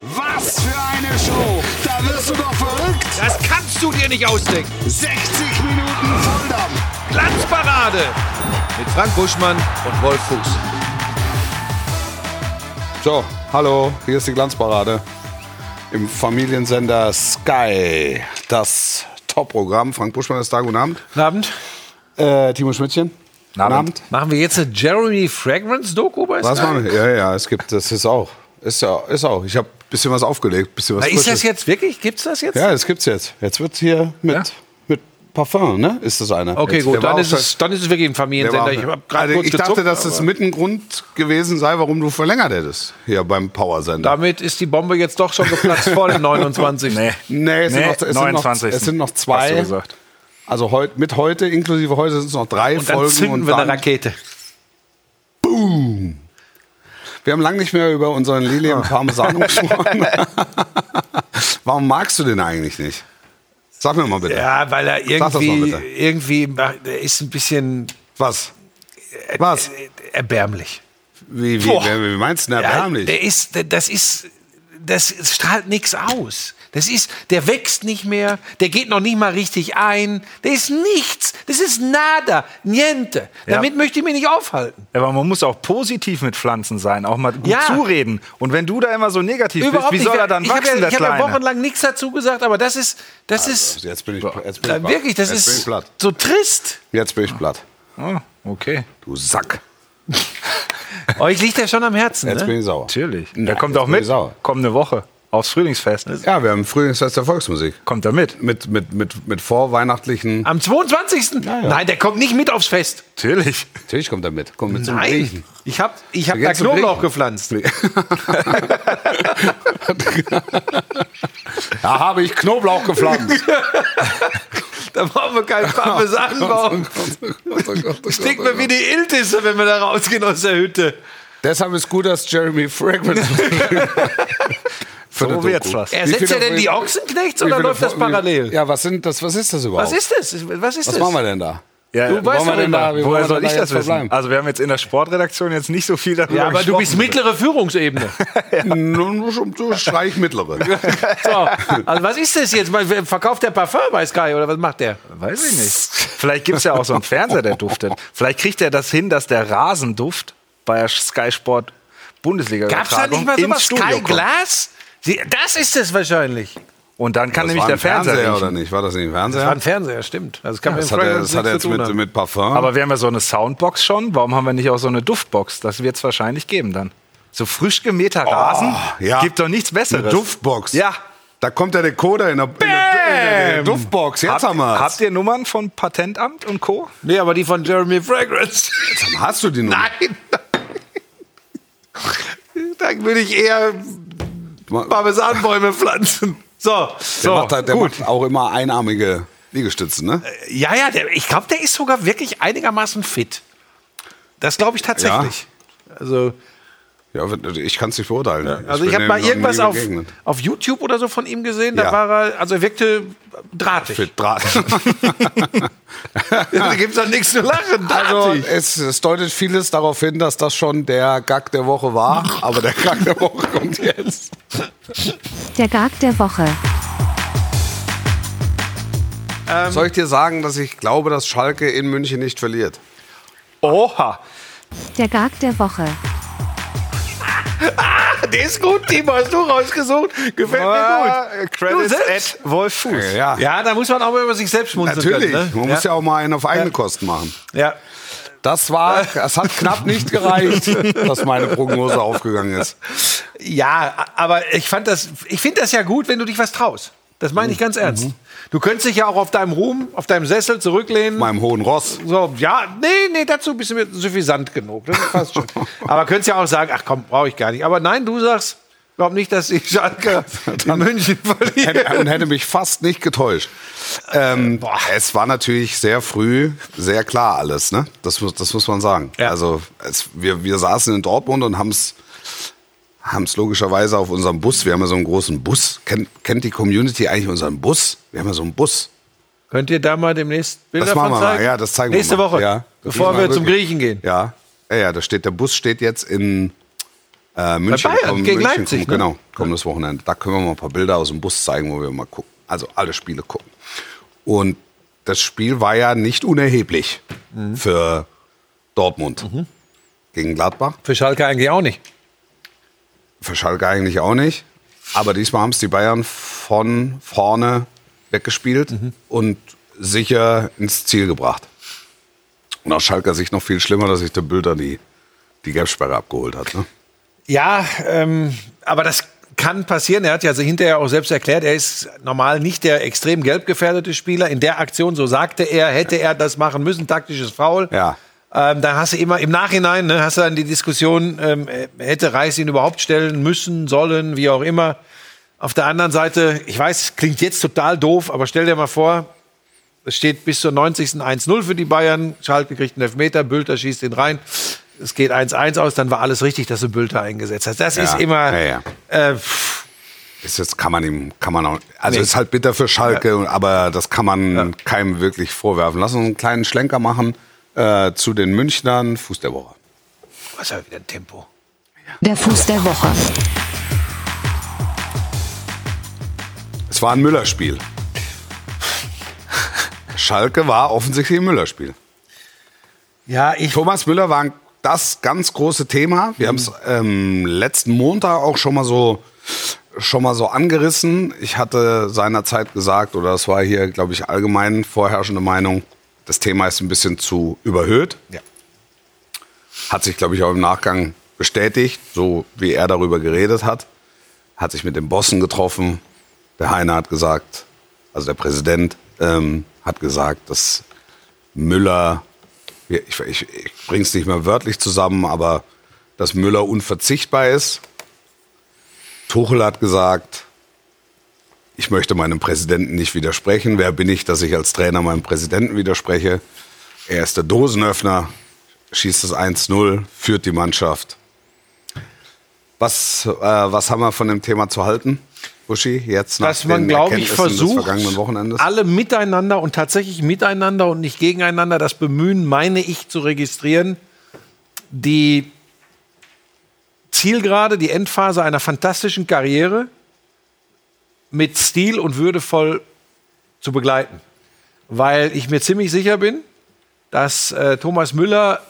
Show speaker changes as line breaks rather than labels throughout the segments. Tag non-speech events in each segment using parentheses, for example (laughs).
Was für eine Show! Da wirst du doch verrückt!
Das kannst du dir nicht ausdenken.
60 Minuten Volldampf!
Glanzparade mit Frank Buschmann und Wolf Fuchs.
So, hallo, hier ist die Glanzparade im Familiensender Sky. Das Top-Programm. Frank Buschmann ist da, guten Abend.
Guten Abend.
Äh, Timo Schmidtchen. Guten Abend.
Machen wir jetzt eine Jeremy Fragrance Doku bei
Was
Sky?
machen wir? Ja, ja, es gibt, das ist auch. Ist ja, ist auch. Ich habe ein bisschen was aufgelegt, bisschen was
Na, ist das
Frisches.
jetzt wirklich? Gibt's das jetzt?
Ja, das gibt's jetzt. Jetzt wird hier mit,
Ja?
mit Parfum, ne? Ist das eine?
Okay,
jetzt,
gut,
der war
dann
auch
ist, es, dann ist es wirklich ein
Der war
Familiensender.
auch-
Ich habe gerade
also
kurz
ich dachte,
gezuckt,
dass es
aber
mit ein Grund gewesen sei, warum du verlängert hättest hier beim Power-Sender.
Damit ist die Bombe jetzt doch schon geplatzt
(laughs)
vor dem 29.
Nee.
Nee, es sind noch- es sind noch- es sind noch zwei.
Hast du gesagt.
Also heut, mit heute, inklusive heute, sind es noch drei
Und dann
Folgen.
zünden wir eine Rakete.
wir haben lange nicht mehr über unseren
Ah.
Lilian Parmesan
(laughs)
gesprochen. warum magst du den eigentlich nicht? Sag mir mal bitte.
Ja, weil er
das mal
irgendwie,
bitte.
irgendwie macht- er ist ein bisschen
Was? Was?
äh, erbärmlich.
Wie, wie,
Boah.
wie, wie meinst du denn erbärmlich?
Der ist, der- das ist, das strahlt nichts aus. Das ist, der wächst nicht mehr, der geht noch nicht mal richtig ein. Der ist nichts. Das ist nada, niente.
Ja.
Damit möchte ich mich nicht aufhalten.
Aber man muss auch positiv mit Pflanzen sein, auch mal gut
Ja.
zureden. Und wenn du da immer so negativ
Überhaupt
bist, wie
nicht.
soll er dann
ich
wachsen,
habe ja,
der
ich hab ja
Kleine?
wochenlang nichts dazu gesagt, aber das ist, das ist
Also jetzt bin ich, jetzt bin ich
äh,
platt.
wirklich, das
jetzt bin ich
ist
platt.
so trist.
Jetzt bin ich platt.
oh, okay,
Du Sack.
Euch liegt der schon am Herzen.
Jetzt bin
Ne?
ich sauer.
natürlich.
Nein,
der kommt
jetzt
auch
bin ich
mit,
sauer.
kommende Woche, aufs Frühlingsfest.
Ja, wir haben Frühlingsfest der Volksmusik.
Kommt er mit?
Mit, mit, mit, mit vorweihnachtlichen.
Am 22.
ja.
Nein, der kommt nicht mit aufs Fest.
Natürlich.
Natürlich kommt er mit. Kommt mit zum
Nein,
Griechen.
ich habe ich hab
Wir
da
gehen zum
Knoblauch
Griechen.
gepflanzt.
(laughs) Da habe ich Knoblauch gepflanzt.
(laughs) Da brauchen
(laughs)
wir keinen Parmesan
Oh
bauen. Stinkt mir wie die Iltisse, wenn wir da rausgehen aus der Hütte.
Deshalb ist gut, dass Jeremy
(laughs)
Fragrance. Für eine
So wird's
Doku.
was.
Wie
Ersetzt
viele
er denn
Folgen-
die Ochsenknechts
wie
oder
viele
läuft das
Folgen-
parallel?
Ja, was, sind das, was ist das überhaupt?
Was ist das? Was ist
Was
das?
machen wir denn da?
Ja,
Du
wo
weißt
wollen wir
doch
denn
immer,
da-
wie wollen
Woher
wir
soll
denn
ich
da
das
jetzt
wissen?
verbleiben?
Also wir haben jetzt in der Sportredaktion jetzt nicht so viel darüber
ja, aber du
gesprochen.
bist mittlere Führungsebene.
(laughs)
(laughs)
Nun, schon so streich mittlere.
So, also was ist das jetzt? Verkauft der Parfum bei Sky oder was macht der?
Weiß ich nicht. Vielleicht gibt es ja auch so einen Fernseher, der duftet. Vielleicht kriegt er das hin, dass der Rasenduft bei der Sky Sport Bundesliga
Gab's da nicht mal sowas? Sky Glass? Sie- Das ist es wahrscheinlich.
Und dann kann nämlich
war
der
ein
Fernseher, riechen.
oder nicht? War das nicht ein
Das war
Fernseher?
ein Fernseher, stimmt. Also kann mit
Das hat er, das hat er jetzt mit, mit Parfum.
Aber wir haben ja so eine Soundbox schon. Warum haben wir nicht auch so eine Duftbox? Das wird es wahrscheinlich geben dann. So frisch gemähter Rasen
Oh, Ah, ja.
gibt doch nichts Besseres.
Eine Duftbox.
Ja.
Da kommt der Decoder in der, in der, in der Duftbox. Jetzt
Habt,
haben wir's.
habt ihr Nummern von Patentamt und Co?
Nee, aber die von Jeremy Fragrance.
(laughs) Hast du die Nummer?
Nein. Dann würde ich eher
Nein.
Parmesanbäume pflanzen. So,
Der,
so
macht, halt- der macht auch immer einarmige Liegestützen, ne?
Ja, ja, der, ich glaube, der ist sogar wirklich einigermaßen fit. Das glaube ich tatsächlich. Also,
Ja, ich kann es nicht beurteilen.
also
bin
ich habe
dem
mal
noch
irgendwas
nie
auf,
begegnet.
auf YouTube oder so von ihm gesehen. Da
Ja.
war er, also er wirkte drahtig.
Fit Draht.
(laughs)
(laughs)
da gibt es doch nichts zu lachen.
Also
Drahtig.
es, es deutet vieles darauf hin, dass das schon der Gag der Woche war, aber der Gag der Woche kommt jetzt.
Der Gag der Woche.
Soll ich dir sagen, dass ich glaube, dass Schalke in München nicht verliert?
Oha.
Der Gag der Woche.
der ist gut, Timo, hast du rausgesucht. Gefällt mir
Äh,
Du
Credits
selbst?
at Wolf Fuß.
gut. Ja, da muss man auch mal über sich selbst schmunzeln
Natürlich,
können.
man
Ne?
muss ja auch mal einen auf eigene Kosten machen.
ja.
Das war, es hat knapp nicht gereicht, dass meine Prognose aufgegangen ist.
Ja, aber ich fand das, ich finde das ja gut, wenn du dich was traust. Das meine ich
Mhm.
ganz ernst. Du könntest dich ja auch auf deinem Ruhm, auf deinem Sessel zurücklehnen.
Meinem hohen Ross.
so, ja, nee, nee, dazu bist du mir suffisant genug. Das
(laughs)
passt schon. Aber könntest ja auch sagen, ach komm, brauche ich gar nicht. Aber nein, du sagst, glaub nicht, dass ich
(laughs)
Schalke in München
Hätte-
verliere.
und hätte mich fast nicht getäuscht. Ähm, es war natürlich sehr früh, sehr klar alles, ne? Das, muss- das muss man sagen.
Ja.
Also es, wir, wir saßen in Dortmund und haben es logischerweise auf unserem Bus. Wir haben ja so einen großen Bus. Kennt, kennt die Community eigentlich unseren Bus? Wir haben ja so einen Bus.
Könnt ihr da mal demnächst Bilder
Das machen
von
wir mal.
zeigen?
Ja, das zeigen
Nächste
wir mal.
Woche,
Ja. Das
bevor
müssen
wir zum
wirklich-
Griechen gehen.
Ja. ja, ja, da steht, der Bus steht jetzt in Äh, München,
Bayern
kommen-
gegen
München
Leipzig,
kommt,
ne?
Genau, kommendes Wochenende. Da können wir mal ein paar Bilder aus dem Bus zeigen, wo wir mal gucken. Also alle Spiele gucken. Und das Spiel war ja nicht unerheblich
Mhm.
für Dortmund gegen Gladbach.
Für Schalke eigentlich auch nicht.
Für Schalke eigentlich auch nicht. Aber diesmal haben es die Bayern von vorne weggespielt und sicher ins Ziel gebracht. Und aus Schalker Sicht noch viel schlimmer, dass sich der Bilder die, die Gelbsperre abgeholt hat. Ne?
Ja, ähm, aber das kann passieren. Er hat ja hinterher auch selbst erklärt, er ist normal nicht der extrem gelb gefährdete Spieler. In der Aktion, so sagte er, hätte er das machen müssen, taktisches Foul.
Ja.
Ähm, da hast du immer im Nachhinein, ne, hast du dann die Diskussion, ähm, äh, hätte Reis ihn überhaupt stellen müssen, sollen, wie auch immer. Auf der anderen Seite, ich weiß, klingt jetzt total doof, aber stell dir mal vor, es steht bis zur 90. 1-0 für die Bayern. Schalke kriegt einen Elfmeter, Bülter schießt ihn rein. Es geht 1-1 aus, dann war alles richtig, dass du Bülter eingesetzt hast. Das ist immer.
Ja, ja.
Äh, pff,
Ist jetzt kann man ihm, kann man auch, also ist halt bitter für Schalke, aber das kann man keinem wirklich vorwerfen. Lass uns einen kleinen Schlenker machen äh, zu den Münchnern, Fuß der Woche.
was ist wieder ein Tempo?
Der Fuß der Woche.
Es war ein Müllerspiel. Schalke war offensichtlich ein Müllerspiel.
Ja, ich. Mhm.
Thomas Müller war das ganz große Thema. Wir haben es ähm, letzten Montag auch schon mal so schon mal so angerissen. Ich hatte seinerzeit gesagt, oder das war hier, glaube ich, allgemein vorherrschende Meinung, das Thema ist ein bisschen zu überhöht.
Ja.
Hat sich, glaube ich, auch im Nachgang bestätigt, so wie er darüber geredet hat. Hat sich mit den Bossen getroffen. Der Heiner hat gesagt, also der Präsident ähm, hat gesagt, dass Müller, ich, ich, ich bringe es nicht mehr wörtlich zusammen, aber dass Müller unverzichtbar ist. Tuchel hat gesagt, ich möchte meinem Präsidenten nicht widersprechen. Wer bin ich, dass ich als Trainer meinem Präsidenten widerspreche? Er ist der Dosenöffner, schießt das 1-0, führt die Mannschaft. Was, äh, was haben wir von dem Thema zu halten, Buschi, jetzt nach
dass man,
den
glaube ich,
Erkenntnissen des
versucht,
vergangenen Wochenendes?
alle miteinander und tatsächlich miteinander und nicht gegeneinander das Bemühen, meine ich, zu registrieren, die Zielgerade, die Endphase einer fantastischen Karriere mit Stil und würdevoll zu begleiten. Weil ich mir ziemlich sicher bin, dass äh, Thomas Müller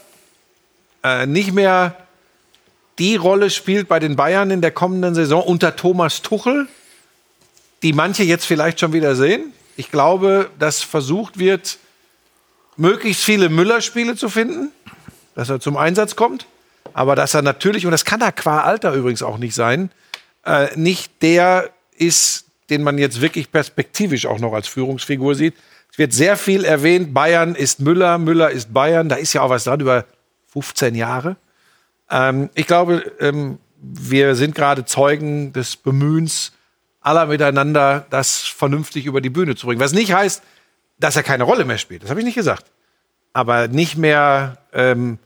äh, nicht mehr die Rolle spielt bei den Bayern in der kommenden Saison unter Thomas Tuchel, die manche jetzt vielleicht schon wieder sehen. Ich glaube, dass versucht wird, möglichst viele Müller-Spiele zu finden, dass er zum Einsatz kommt, aber dass er natürlich, und das kann er qua Alter übrigens auch nicht sein, äh, nicht der ist, den man jetzt wirklich perspektivisch auch noch als Führungsfigur sieht. Es wird sehr viel erwähnt, Bayern ist Müller, Müller ist Bayern, da ist ja auch was dran über 15 Jahre. Ähm, ich glaube, ähm, wir sind gerade Zeugen des Bemühens aller miteinander, das vernünftig über die Bühne zu bringen. Was nicht heißt, dass er keine Rolle mehr spielt. Das habe ich nicht gesagt. Aber nicht mehr. Ähm,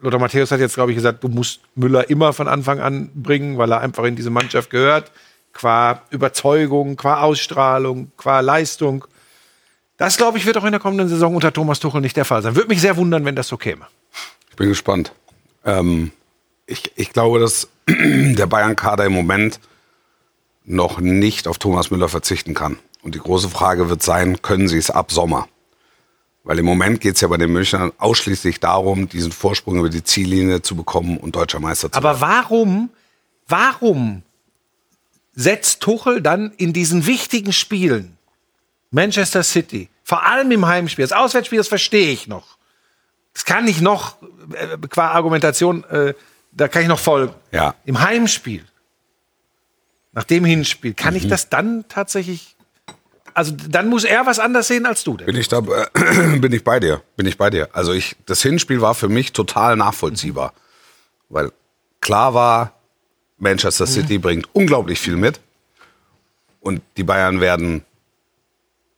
Lothar Matthäus hat jetzt, glaube ich, gesagt, du musst Müller immer von Anfang an bringen, weil er einfach in diese Mannschaft gehört. Qua Überzeugung, qua Ausstrahlung, qua Leistung. Das, glaube ich, wird auch in der kommenden Saison unter Thomas Tuchel nicht der Fall sein. Würde mich sehr wundern, wenn das so käme.
Ich bin gespannt. Ähm, ich, ich glaube, dass (clears throat) der Bayern-Kader im Moment noch nicht auf Thomas Müller verzichten kann. Und die große Frage wird sein, können sie es ab Sommer? Weil im Moment geht es ja bei den Münchnern ausschließlich darum, diesen Vorsprung über die Ziellinie zu bekommen und deutscher Meister zu werden.
Aber warum, warum setzt Tuchel dann in diesen wichtigen Spielen Manchester City, vor allem im Heimspiel, das Auswärtsspiel, das verstehe ich noch. Das kann ich noch, äh, qua Argumentation, äh, da kann ich noch folgen.
Ja.
Im Heimspiel, nach dem Hinspiel, kann ich das dann tatsächlich, also dann muss er was anders sehen als du. Denn.
Bin ich da, äh, (clears throat) bin ich bei dir, bin ich bei dir. Also ich, das Hinspiel war für mich total nachvollziehbar, weil klar war, Manchester City bringt unglaublich viel mit und die Bayern werden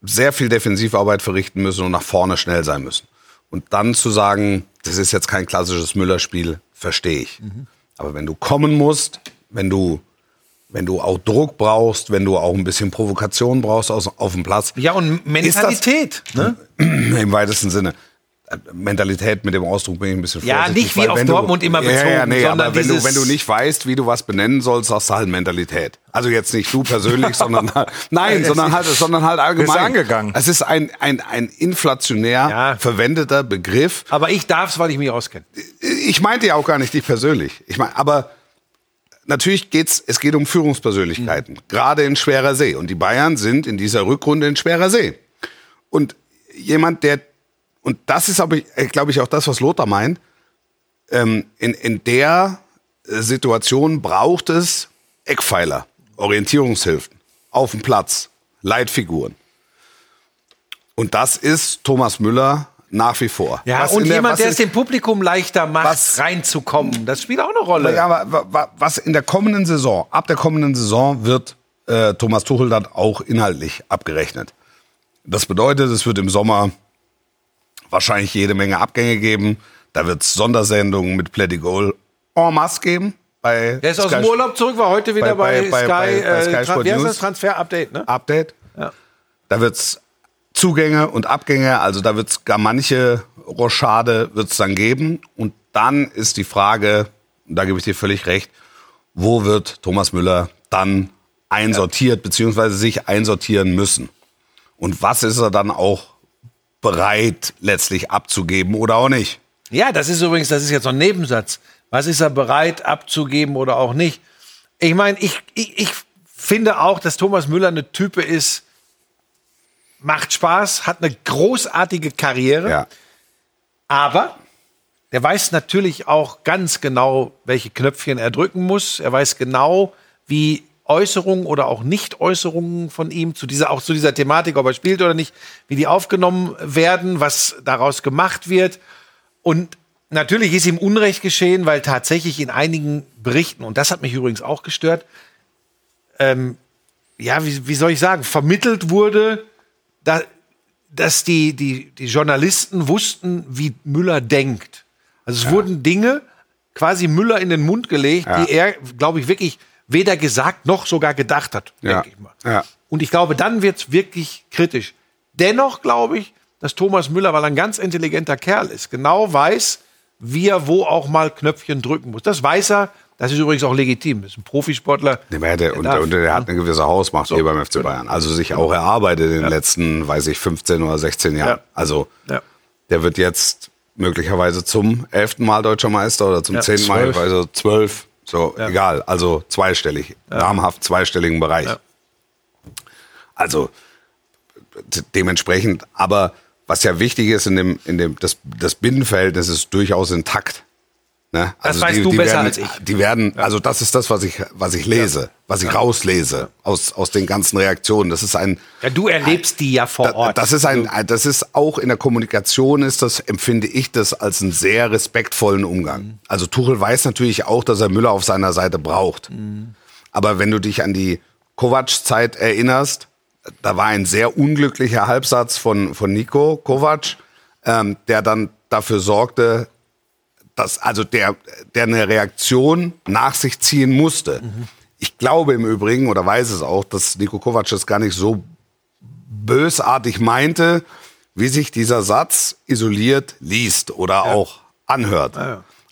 sehr viel Defensivarbeit verrichten müssen und nach vorne schnell sein müssen. Und dann zu sagen, das ist jetzt kein klassisches Müller-Spiel, verstehe ich. Aber wenn du kommen musst, wenn du, wenn du auch Druck brauchst, wenn du auch ein bisschen Provokation brauchst aus, auf dem Platz,
Ja, und Mentalität. ne?
(clears throat) im weitesten Sinne. Mentalität mit dem Ausdruck bin ich ein bisschen
Ja,
vorsichtig,
nicht wie
weil
auf
wenn du-
Dortmund immer
Ja, ja,
bezogen,
nee,
sondern
aber wenn du,
dieses-
wenn du nicht weißt, wie du was benennen sollst, sagst du halt Mentalität. Also jetzt nicht du
(laughs)
persönlich, sondern halt, nein, sondern halt, sondern halt allgemein.
Bist du angegangen?
Es ist ein, ein, ein inflationär
Ja.
verwendeter Begriff.
Aber ich darf es, weil ich mich auskenne.
Ich meinte ja auch gar nicht dich persönlich. Ich meine, aber natürlich geht's, es geht um
Mhm.
Führungspersönlichkeiten. Gerade in schwerer See. Und die Bayern sind in dieser Rückrunde in schwerer See. Und jemand, der, und das ist, aber, äh, glaube ich, auch das, was Lothar meint, ähm, in, in der äh, Situation braucht es Eckpfeiler, Orientierungshilfen, auf dem Platz, Leitfiguren. Und das ist Thomas Müller nach wie vor.
Ja,
Was
und
in der-
jemand,
was
der
in-
es dem Publikum leichter macht,
Was-
reinzukommen, das spielt auch eine Rolle.
Ja, aber wa- wa- was in der kommenden Saison, ab der kommenden Saison wird äh, Thomas Tuchel dann auch inhaltlich abgerechnet. Das bedeutet, es wird im Sommer wahrscheinlich jede Menge Abgänge geben. Da wird es Sondersendungen mit Plädigol en masse geben. Bei
der ist aus
Sky
dem Urlaub zurück, war heute wieder bei,
Bei- bei- bei-
Sky,
bei- bei Sky
äh, Tra-
Sport
wie heißt
News. Ah.
das Transfer-Update, ne?
Update.
Ja.
Da wird es Zugänge und Abgänge, also da wird es gar manche Rochade wird es dann geben. Und dann ist die Frage, und da gebe ich dir völlig recht, wo wird Thomas Müller dann einsortiert, beziehungsweise sich einsortieren müssen? Und was ist er dann auch bereit letztlich abzugeben oder auch nicht?
Ja, das ist übrigens, das ist jetzt noch ein Nebensatz. Was ist er bereit abzugeben oder auch nicht? Ich meine, ich, ich, ich finde auch, dass Thomas Müller eine Type ist, macht Spaß, hat eine großartige Karriere,
Ja.
aber der weiß natürlich auch ganz genau, welche Knöpfchen er drücken muss. Er weiß genau, wie Äußerungen oder auch Nichtäußerungen von ihm zu dieser, auch zu dieser Thematik, ob er spielt oder nicht, wie die aufgenommen werden, was daraus gemacht wird. Und natürlich ist ihm Unrecht geschehen, weil tatsächlich in einigen Berichten, und das hat mich übrigens auch gestört, ähm, ja, wie, wie soll ich sagen, vermittelt wurde, da, dass die, die, die Journalisten wussten, wie Müller denkt. Also es wurden Dinge quasi Müller in den Mund gelegt, die er, glaube ich, wirklich weder gesagt noch sogar gedacht hat,
Ja.
denke ich mal.
Ja.
Und ich glaube, dann wird es wirklich kritisch. Dennoch glaube ich, dass Thomas Müller, weil er ein ganz intelligenter Kerl ist, genau weiß, wie er wo auch mal Knöpfchen drücken muss. Das weiß er. Das ist übrigens auch legitim. Das ist ein Profisportler.
Nee, aber er hätte, und,
darf.
und er hat eine gewisse Hausmacht hier beim FC Bayern. Also sich auch erarbeitet in den letzten, weiß ich, 15 oder 16 Jahren.
Ja.
Also
Ja.
der wird jetzt möglicherweise zum elften Mal deutscher Meister oder zum
Ja,
zehnten Mal,
zwölf.
also zwölf, so egal, also zweistellig, namhaft zweistelligen Bereich. Also d- dementsprechend, aber was ja wichtig ist, in dem, in dem, das, das Binnenverhältnis ist durchaus intakt. Ne?
Das weißt du besser
werden,
als ich.
Die werden, also das ist das, was ich, was ich lese, was ich rauslese aus, aus den ganzen Reaktionen. Das ist ein,
Ja, du erlebst die ja vor
da,
Ort. Also
das ist ein, das ist auch in der Kommunikation ist das, empfinde ich das als einen sehr respektvollen
Mhm.
Umgang. Also Tuchel weiß natürlich auch, dass er Müller auf seiner Seite braucht.
Mhm.
Aber wenn du dich an die Kovac-Zeit erinnerst, da war ein sehr unglücklicher Halbsatz von, von Nico Kovac, ähm, der dann dafür sorgte, dass, also der, der eine Reaktion nach sich ziehen musste.
Mhm.
Ich glaube im Übrigen oder weiß es auch, dass Nico Kovac das gar nicht so bösartig meinte, wie sich dieser Satz isoliert liest oder auch anhört.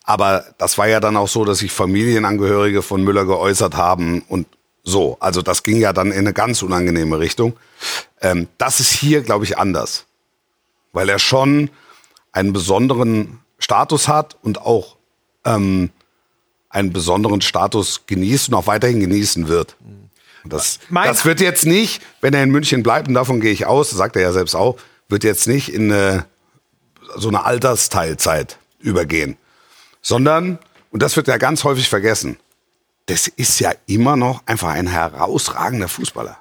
Aber das war ja dann auch so, dass sich Familienangehörige von Müller geäußert haben und so. Also das ging ja dann in eine ganz unangenehme Richtung. Ähm, das ist hier, glaube ich, anders. Weil er schon einen besonderen Status hat und auch ähm, einen besonderen Status genießt und auch weiterhin genießen wird. Und Das,
Mein-
das wird jetzt nicht, wenn er in München bleibt, und davon gehe ich aus, das sagt er ja selbst auch, wird jetzt nicht in eine, so eine Altersteilzeit übergehen. Sondern, und das wird ja ganz häufig vergessen, das ist ja immer noch einfach ein herausragender Fußballer.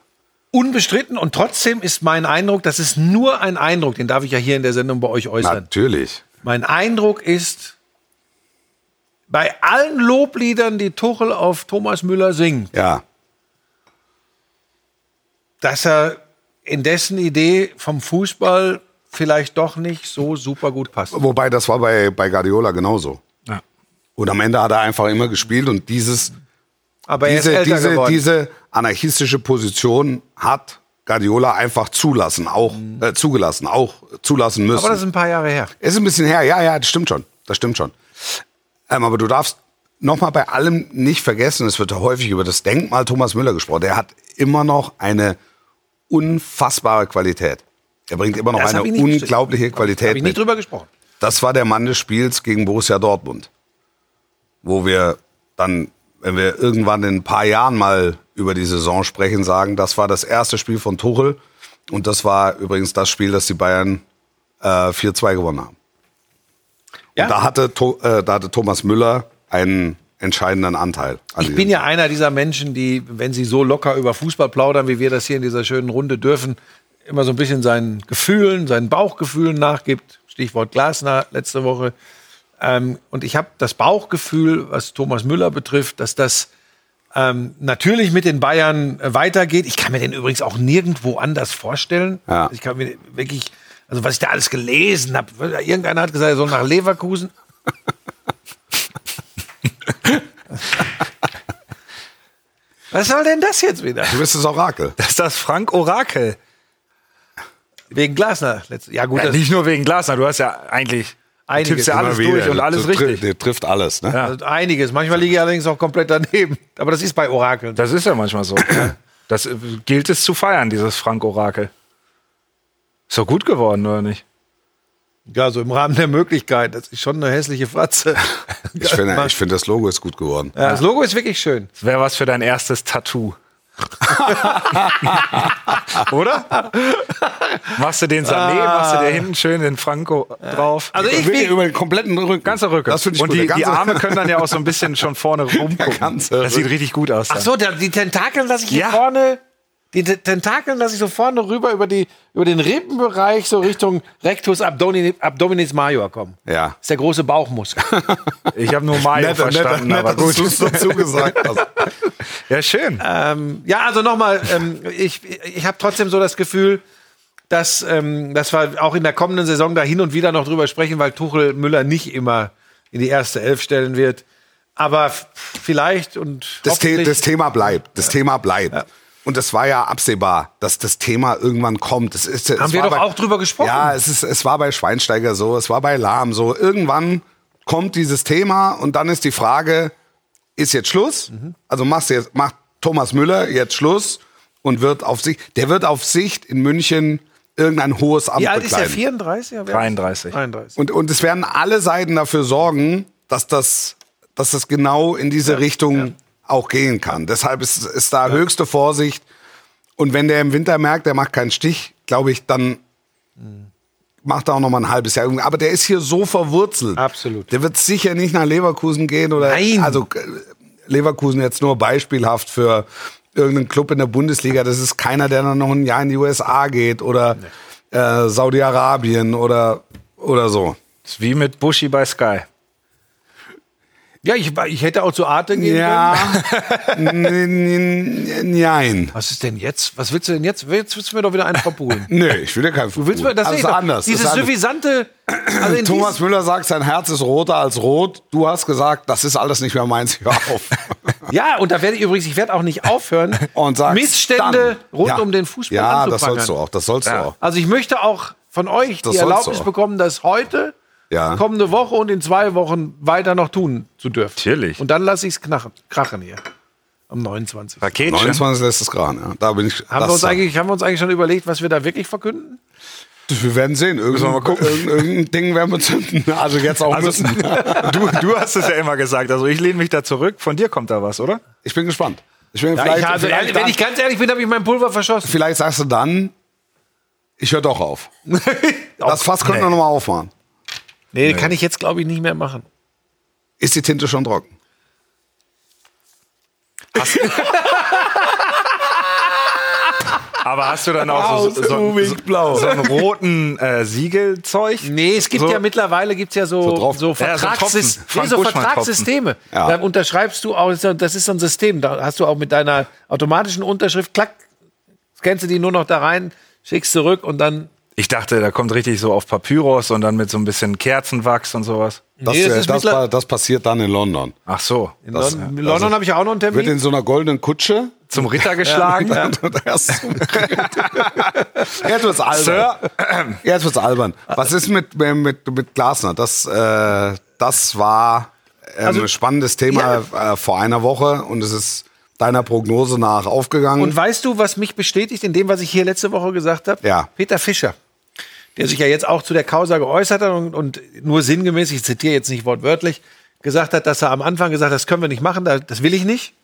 unbestritten und trotzdem ist mein Eindruck, das ist nur ein Eindruck, den darf ich ja hier in der Sendung bei euch äußern.
Natürlich.
Mein Eindruck ist, bei allen Lobliedern, die Tuchel auf Thomas Müller singt,
Ja.
dass er in dessen Idee vom Fußball vielleicht doch nicht so super gut passt.
Wobei, das war bei, bei Guardiola genauso.
Ja.
Und am Ende hat er einfach immer gespielt und dieses,
Aber er ist
diese,
älter
diese,
geworden.
diese anarchistische Position hat Guardiola einfach zulassen, auch äh, zugelassen, auch zulassen müssen.
Aber das ist ein paar Jahre her.
Ist ein bisschen her, ja, ja, das stimmt schon. Das stimmt schon. Ähm, aber du darfst nochmal bei allem nicht vergessen, es wird ja häufig über das Denkmal Thomas Müller gesprochen. Der hat immer noch eine unfassbare Qualität. Er bringt immer noch
Das
eine
hab ich nicht verstanden.
unglaubliche
Habe
Qualität
ich nicht
mit.
drüber gesprochen.
Das war der Mann des Spiels gegen Borussia Dortmund. Wo wir dann, wenn wir irgendwann in ein paar Jahren mal über die Saison sprechen, sagen, das war das erste Spiel von Tuchel. Und das war übrigens das Spiel, das die Bayern äh, 4-2 gewonnen haben.
Ja?
Und da hatte, To- äh, da hatte Thomas Müller einen entscheidenden Anteil. An
Ich bin ja einer dieser Menschen, die, wenn sie so locker über Fußball plaudern, wie wir das hier in dieser schönen Runde dürfen, immer so ein bisschen seinen Gefühlen, seinen Bauchgefühlen nachgibt. Stichwort Glasner letzte Woche. Ähm, und ich habe das Bauchgefühl, was Thomas Müller betrifft, dass das ähm, natürlich mit den Bayern äh, weitergeht. Ich kann mir den übrigens auch nirgendwo anders vorstellen.
Ja.
Ich kann mir wirklich, also was ich da alles gelesen habe, irgendeiner hat gesagt, er soll nach Leverkusen. Was soll denn das jetzt wieder?
Du bist das Orakel.
Das ist das Frank Orakel.
Wegen Glasner. letzte- Ja, gut,
Ja,
das,
nicht nur wegen Glasner, du hast ja eigentlich du
Einiges
tippst ja alles
Immer wieder.
durch und alles
Du tri-
richtig.
Der trifft alles. Ne?
also einiges. Manchmal liege ich allerdings auch komplett daneben. Aber das ist bei Orakeln.
Das ist ja manchmal so. Das äh, gilt es zu feiern, dieses Frank Orakel. Ist doch gut geworden, oder nicht?
Ja, so im Rahmen der Möglichkeit. Das ist schon eine hässliche Fratze.
Ich finde, ich finde, das Logo ist gut geworden.
Also
Ja, das Logo ist wirklich schön.
Das wäre was für dein
(laughs)
erstes Tattoo. Oder? Machst du den Sané,
Ah.
machst du dir hinten schön den Franco drauf.
Also ich
Wirklich
will.
über den kompletten Rücken.
Ganzer Rücken.
Das finde ich
Und
gut.
die,
Der
die
ganze- (laughs)
Arme können dann ja auch so ein bisschen schon vorne rumgucken.
ganze
Das sieht richtig gut aus.
Ach so, da, die Tentakeln lasse ich hier
Ja.
vorne. Die Te- Tentakeln lasse ich so vorne rüber über, die, über den Rippenbereich so Richtung Rectus Abdomini, Abdominis Major kommen.
Ja.
Das ist der große Bauchmuskel.
Ich habe nur Mario
Nett,
verstanden,
nett,
aber
nett, dass
gut.
du es dazu gesagt
(laughs)
hast.
Ja, schön.
ähm, (laughs) ja, also nochmal, ähm, ich, ich habe trotzdem so das Gefühl, dass, ähm, dass wir auch in der kommenden Saison da hin und wieder noch drüber sprechen, weil Tuchel Müller nicht immer in die erste Elf stellen wird. Aber f- vielleicht und
Das, The
hoffentlich-
das Thema bleibt. Das Thema bleibt. Und das war ja absehbar, dass das Thema irgendwann kommt. Es ist, es
haben wir
war
doch
bei,
auch drüber gesprochen.
Ja, es, ist, es war bei Schweinsteiger so, es war bei Lahm so. Irgendwann kommt dieses Thema und dann ist die Frage, ist jetzt Schluss?
Mhm.
Also machst du jetzt, macht Thomas Müller jetzt Schluss und wird auf sich, der wird auf Sicht in München irgendein hohes Amt
Wie alt ist
bekleiden.
der? 34? Ja, wer-
33.
33.
Und, und es werden alle Seiten dafür sorgen, dass das, dass das genau in diese Richtung auch gehen kann. Deshalb ist, ist da höchste Vorsicht. Und wenn der im Winter merkt, der macht keinen Stich, glaube ich, dann macht er auch noch mal ein halbes Jahr. Aber der ist hier so verwurzelt.
Absolut.
Der wird sicher nicht nach Leverkusen gehen oder
Nein.
also äh, Leverkusen jetzt nur beispielhaft für irgendeinen Club in der Bundesliga. Das ist keiner, der dann noch ein Jahr in die USA geht oder äh, Saudi-Arabien oder oder so.
Ist wie mit Buschi bei Sky.
Ja, ich, ich hätte auch zu Arte gehen können.
Ja. N- n- n- Nein.
Was ist denn jetzt? Was willst du denn jetzt? Jetzt willst du mir doch wieder einen verpulen.
(laughs) Nö, ich will ja kein
Du willst mir das
Also
nicht
ist anders.
Dieses
ist anders.
suffisante.
(clears throat)
Also in
Thomas
diesem-
Müller sagt, sein Herz ist roter als rot. Du hast gesagt, das ist alles nicht mehr meins. Hör auf.
ja, und da werde ich übrigens, ich werde auch nicht aufhören,
(laughs) Und sagst,
Missstände
dann.
rund
Ja.
um den Fußball
Ja, das
anzuprangern.
sollst du auch. Das sollst
Ja.
du auch.
Also ich möchte auch von euch
Das
die
sollst
Erlaubnis
du auch.
bekommen, das heute,
Ja.
kommende Woche und in zwei Wochen weiter noch tun zu dürfen.
Natürlich.
Und dann lasse ich es krachen hier. Am 29.
Raketchen.
29 lässt es gerade. Ja. Da bin ich.
Haben
das
wir, uns
da.
eigentlich, haben wir uns eigentlich schon überlegt, was wir da wirklich verkünden?
Wir werden sehen. Irgendwann mal gucken. Irgendein, irgendein Ding werden wir zünden. (laughs) Also jetzt auch
Also,
müssen.
du, du hast es ja immer gesagt. Also ich lehne mich da zurück. Von dir kommt da was, oder?
Ich bin gespannt. Ich bin
Ja,
vielleicht,
ich habe,
vielleicht,
wenn ich
dann,
ganz ehrlich bin, habe ich mein Pulver verschossen.
vielleicht sagst du dann, ich höre doch auf.
(laughs)
Das Fass könnten wir nochmal aufmachen.
Nee, kann ich jetzt, glaube ich, nicht mehr machen.
Ist die Tinte schon trocken?
Aber hast du dann auch so, so, so, so,
blau.
so einen roten äh, Siegelzeug?
Nee, es gibt
So-
ja mittlerweile gibt's ja so,
drauf-
so,
Ja, so
Vertragssys-
Tropfen.
nee,
Frank
so
Buschmann-Tropfen.
Vertragssysteme.
Ja.
Da unterschreibst du auch, das ist so ein System. Da hast du auch mit deiner automatischen Unterschrift, klack, scannst du die nur noch da rein, schickst zurück und dann.
Ich dachte, da kommt richtig so auf Papyrus und dann mit so ein bisschen Kerzenwachs und sowas.
Das,
Nee, das
äh,
ist
das,
mittler-
pa- das passiert dann in London.
Ach so.
In
Das-
London,
also-
London habe ich ja auch noch einen
Wird
Termin.
in so einer goldenen Kutsche
zum Ritter geschlagen. (laughs)
Das- Jetzt wird's albern. Jetzt wird's albern. Was ist mit, mit, mit Glasner? Das, äh, das war ähm,
Also,
ein spannendes Thema äh, vor einer Woche und es ist deiner Prognose nach aufgegangen.
Und weißt du, was mich bestätigt in dem, was ich hier letzte Woche gesagt habe?
Ja.
Peter Fischer, der sich ja jetzt auch zu der Causa geäußert hat und, und nur sinngemäß, ich zitiere jetzt nicht wortwörtlich, gesagt hat, dass er am Anfang gesagt hat, das können wir nicht machen, da- das will ich nicht.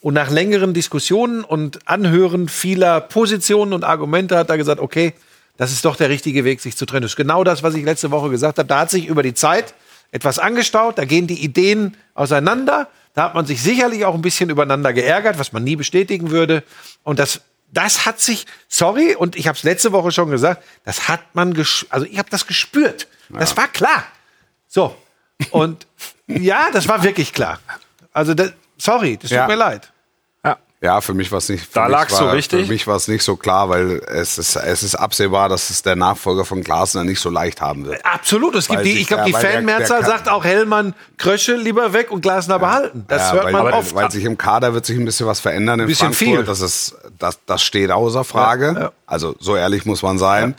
Und nach längeren Diskussionen und Anhören vieler Positionen und Argumente hat er gesagt, okay, das ist doch der richtige Weg, sich zu trennen. Das ist genau das, was ich letzte Woche gesagt habe. Da hat sich über die Zeit etwas angestaut, da gehen die Ideen auseinander. Da hat man sich sicherlich auch ein bisschen übereinander geärgert, was man nie bestätigen würde. Und das, das hat sich, sorry, und ich habe es letzte Woche schon gesagt, das hat man, gesch- also ich habe das gespürt. Das war klar. So. Und ja, das war wirklich klar. Also, das, sorry, das tut
Ja.
mir leid.
Ja, für mich war es nicht. für
Da
mich
lagst du
war-
richtig.
Für mich war es nicht so klar, weil es ist, es ist absehbar, dass es der Nachfolger von Glasner nicht so leicht haben wird.
Absolut. Es gibt
Weil
die,
sich
ich glaube,
der-
die
weil der- der
Fanmehrzahl
kann-
sagt auch Hellmann, Krösche lieber weg und Glasner behalten. Das
ja,
hört
weil,
man
weil,
oft.
Weil sich im Kader wird sich ein bisschen was verändern in
Bisschen
Frankfurt.
viel.
Das, ist, das, das steht außer Frage. Also so ehrlich muss man sein.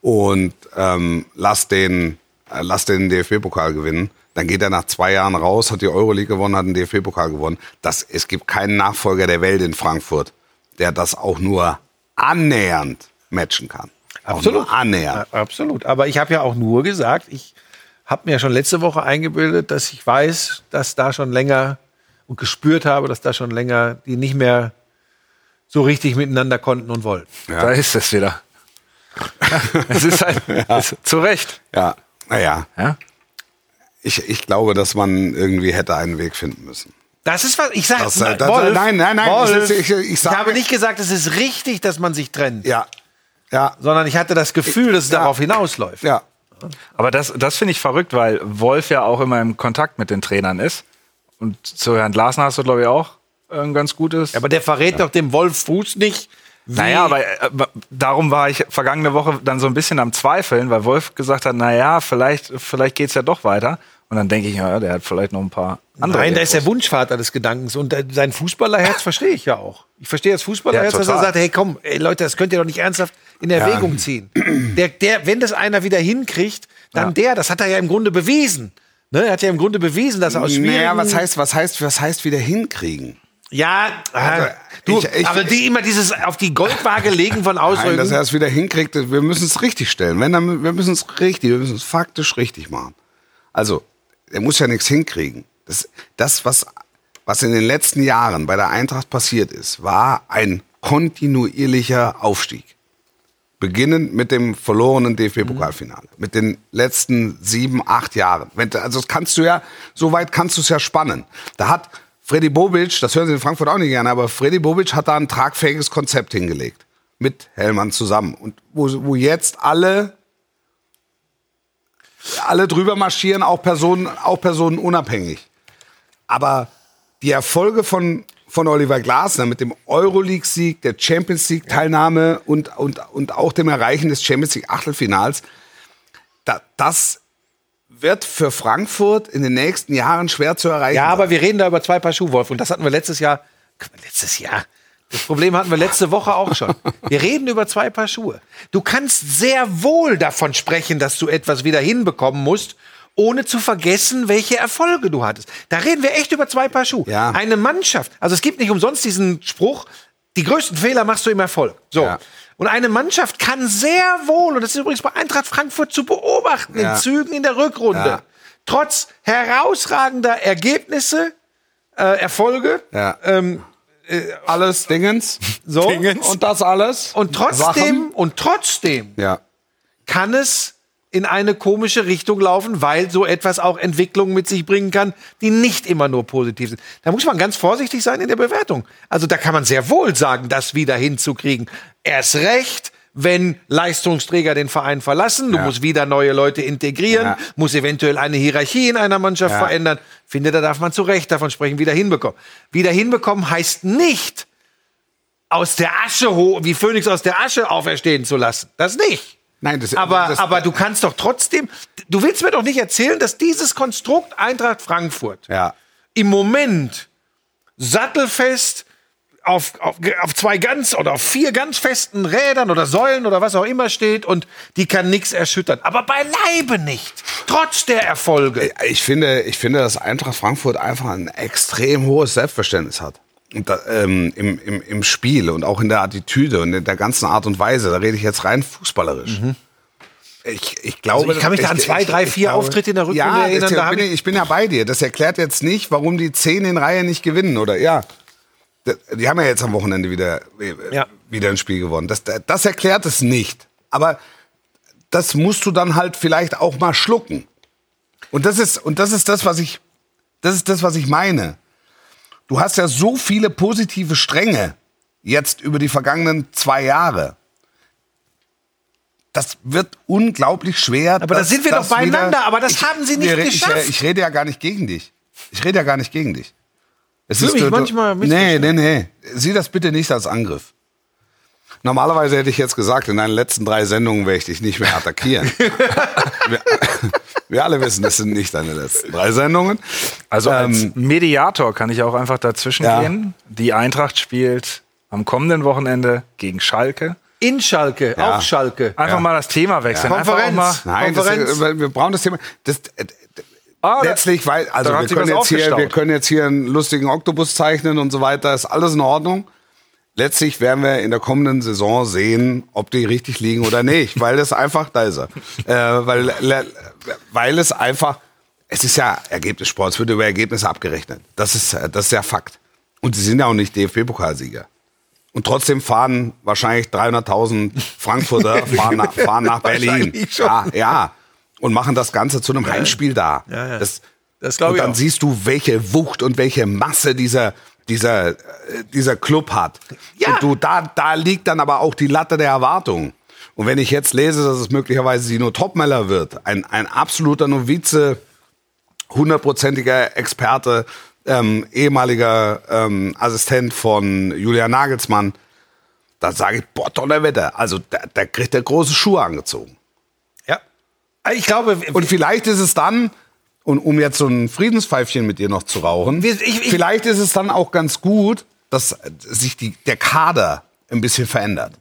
Und ähm, lass den, äh, lass den DFB-Pokal gewinnen. Dann geht er nach zwei Jahren raus, hat die Euroleague gewonnen, hat den DFB-Pokal gewonnen. Das, es gibt keinen Nachfolger der Welt in Frankfurt, der das auch nur annähernd matchen kann. Auch
Absolut.
nur annähernd.
Absolut. Aber ich habe ja auch nur gesagt, ich habe mir schon letzte Woche eingebildet, dass ich weiß, dass da schon länger und gespürt habe, dass da schon länger die nicht mehr so richtig miteinander konnten und wollten.
Da ist
(laughs)
es wieder. es ist halt, es, zu Recht.
Ja, naja.
Ja?
Ich, ich glaube, dass man irgendwie hätte einen Weg finden müssen.
Das ist was ich sage.
Das, äh, das- nein, nein, nein,
Wolf,
das ist- ich-
ich,
ich sage-
habe nicht gesagt, es ist richtig, dass man sich trennt,
Ja. Ja.
sondern ich hatte das Gefühl, dass es darauf hinausläuft.
Ja.
Aber das, das finde ich verrückt, weil Wolf ja auch immer im Kontakt mit den Trainern ist. Und zu Herrn Glasner hast du, glaube ich, auch äh, ein ganz gutes.
Aber der verrät doch dem Wolf Fuß nicht. wie-
Naja, aber äh, aber darum war ich vergangene Woche dann so ein bisschen am Zweifeln, weil Wolf gesagt hat, naja, vielleicht, vielleicht geht es ja doch weiter. Und dann denke ich, ja, der hat vielleicht noch ein paar andere.
Nein, da ist der
Infos.
Wunschvater des Gedankens und äh, sein Fußballerherz verstehe ich ja auch. Ich verstehe das Fußballerherz,
Ja,
dass er
total.
sagt, hey komm, ey, Leute, das könnt ihr doch nicht ernsthaft in Erwägung ziehen. Der, der, wenn das einer wieder hinkriegt, dann der, das hat er ja im Grunde bewiesen. Ne, er hat ja im Grunde bewiesen, dass er aus schwierigen...
Naja, was heißt, was heißt, was heißt wieder hinkriegen?
Ja, äh, du,
ich- ich-
aber die immer dieses auf die Goldwaage legen von
Nein,
Ausrücken.
dass er es wieder hinkriegt, wir müssen es richtig stellen. Wenn, dann, wir müssen es richtig, wir müssen es faktisch richtig machen. Also, er muss ja nichts hinkriegen. Das, das was, was in den letzten Jahren bei der Eintracht passiert ist, war ein kontinuierlicher Aufstieg. Beginnend mit dem verlorenen DFB-Pokalfinale. Mit den letzten sieben, acht Jahren. Wenn, also das kannst du ja, so weit kannst du es ja spannen. Da hat Freddy Bobic, das hören sie in Frankfurt auch nicht gerne, aber Freddy Bobic hat da ein tragfähiges Konzept hingelegt. Mit Hellmann zusammen. Und wo, wo jetzt alle, alle drüber marschieren, auch Personen, auch Personen unabhängig. Aber die Erfolge von, von Oliver Glasner mit dem Euroleague-Sieg, der Champions League-Teilnahme und, und, und auch dem Erreichen des Champions League-Achtelfinals, da, das wird für Frankfurt in den nächsten Jahren schwer zu erreichen.
Ja,
sein.
aber wir reden da über zwei Paar Schuhe, Wolf. Und das hatten wir letztes Jahr. Letztes Jahr. Das Problem hatten wir letzte Woche auch schon. Wir reden über zwei Paar Schuhe. Du kannst sehr wohl davon sprechen, dass du etwas wieder hinbekommen musst, ohne zu vergessen, welche Erfolge du hattest. Da reden wir echt über zwei Paar Schuhe.
Ja.
Eine Mannschaft, also es gibt nicht umsonst diesen Spruch, die größten Fehler machst du im Erfolg. So.
Ja.
Und eine Mannschaft kann sehr wohl, und das ist übrigens bei Eintracht Frankfurt zu beobachten,
Ja.
in Zügen in der Rückrunde,
Ja.
trotz herausragender Ergebnisse, äh, Erfolge,
Ja.
ähm,
alles Dingens.
so,
Und das alles.
und trotzdem, und trotzdem
Ja.
kann es in eine komische Richtung laufen, weil so etwas auch Entwicklungen mit sich bringen kann, die nicht immer nur positiv sind. Da muss man ganz vorsichtig sein in der Bewertung. Also da kann man sehr wohl sagen, das wieder hinzukriegen. Erst recht, wenn Leistungsträger den Verein verlassen, du
Ja.
musst wieder neue Leute integrieren,
Ja.
muss eventuell eine Hierarchie in einer Mannschaft
Ja.
verändern. Finde, da darf man zu Recht davon sprechen, wieder hinbekommen. Wieder hinbekommen heißt nicht, aus der Asche, ho- wie Phönix aus der Asche auferstehen zu lassen. Das nicht.
Nein, das-
aber,
das-
aber du kannst doch trotzdem, du willst mir doch nicht erzählen, dass dieses Konstrukt Eintracht Frankfurt
Ja.
im Moment sattelfest auf, auf, auf zwei ganz oder auf vier ganz festen Rädern oder Säulen oder was auch immer steht und die kann nichts erschüttern. Aber beileibe nicht. Trotz der Erfolge.
Ich finde, ich finde, dass Eintracht Frankfurt einfach ein extrem hohes Selbstverständnis hat. Und da, ähm, im, im, Im Spiel und auch in der Attitüde und in der ganzen Art und Weise. Da rede ich jetzt rein fußballerisch. Ich, ich glaube,
Mhm. Also ich kann mich da an zwei, drei, vier Auftritte in der Rückrunde
ja, das-
erinnern, da
Ja,
hab
bin ich, ich bin ja bei dir. Das erklärt jetzt nicht, warum die zehn in Reihe nicht gewinnen, oder? Ja. Das- Die haben ja jetzt am Wochenende wieder, äh,
Ja.
wieder ein Spiel gewonnen. Das, das erklärt es nicht. Aber das musst du dann halt vielleicht auch mal schlucken. Und das ist, und das ist das, was ich, das ist das, was ich meine. Du hast ja so viele positive Stränge jetzt über die vergangenen zwei Jahre. Das wird unglaublich schwer.
Aber da sind wir doch beieinander, aber das haben sie nicht
wir re-
geschafft.
Ich, äh, ich rede ja gar nicht gegen dich. Ich rede ja gar nicht gegen dich. Es
Fühl mich
du- du-
manchmal
Nee, nee, nee. Sieh das bitte nicht als Angriff. Normalerweise hätte ich jetzt gesagt, in deinen letzten drei Sendungen werde ich dich nicht mehr
(laughs)
attackieren. wir, wir alle wissen, das sind nicht deine letzten drei Sendungen.
Also als
Ähm,
Mediator kann ich auch einfach dazwischen
Ja.
gehen. Die Eintracht spielt am kommenden Wochenende gegen Schalke.
In Schalke,
Ja.
auf Schalke.
Einfach
Ja.
mal das Thema wechseln.
Ja.
Einfach auch
Konferenz.
Nein, das,
Konferenz.
äh, wir brauchen das Thema. Das, äh,
Mal, ah, da-
letztlich, weil, also
da hat
wir
sich
können,
was
jetzt hier, wir
aufgestaut.
können jetzt hier einen lustigen Oktopus zeichnen und so weiter, ist alles in Ordnung. Letztlich werden wir in der kommenden Saison sehen, ob die richtig liegen oder nicht, weil das einfach, da ist er, äh, weil, le- weil es einfach, es ist ja Ergebnissport, es wird über Ergebnisse abgerechnet. Das ist, äh, das ist ja Fakt. Und sie sind ja auch nicht DFB-Pokalsieger. Und trotzdem fahren wahrscheinlich 300.000 Frankfurter fahren nach, fahren
(laughs)
nach Berlin.
Wahrscheinlich schon.
Ja, ja. Und machen das Ganze zu einem Heimspiel da.
Ja, ja.
Das,
Das glaub
und
ich
dann
auch.
siehst du, welche Wucht und welche Masse dieser, dieser, äh, dieser Club hat.
Ja.
Und du, da, da liegt dann aber auch die Latte der Erwartung. Und wenn ich jetzt lese, dass es möglicherweise Sino Topmeller wird, ein, ein absoluter Novize, hundertprozentiger Experte, ähm, ehemaliger ähm, Assistent von Julian Nagelsmann, da sage ich, boah, Donnerwetter. Also da, da kriegt der große Schuhe angezogen.
Ja. Äh, Ich glaube,
Und vielleicht ist es dann, und um jetzt so ein Friedenspfeifchen mit dir noch zu rauchen,
Wir- ich- ich-
vielleicht ist es dann auch ganz gut, dass sich die, der Kader ein bisschen verändert.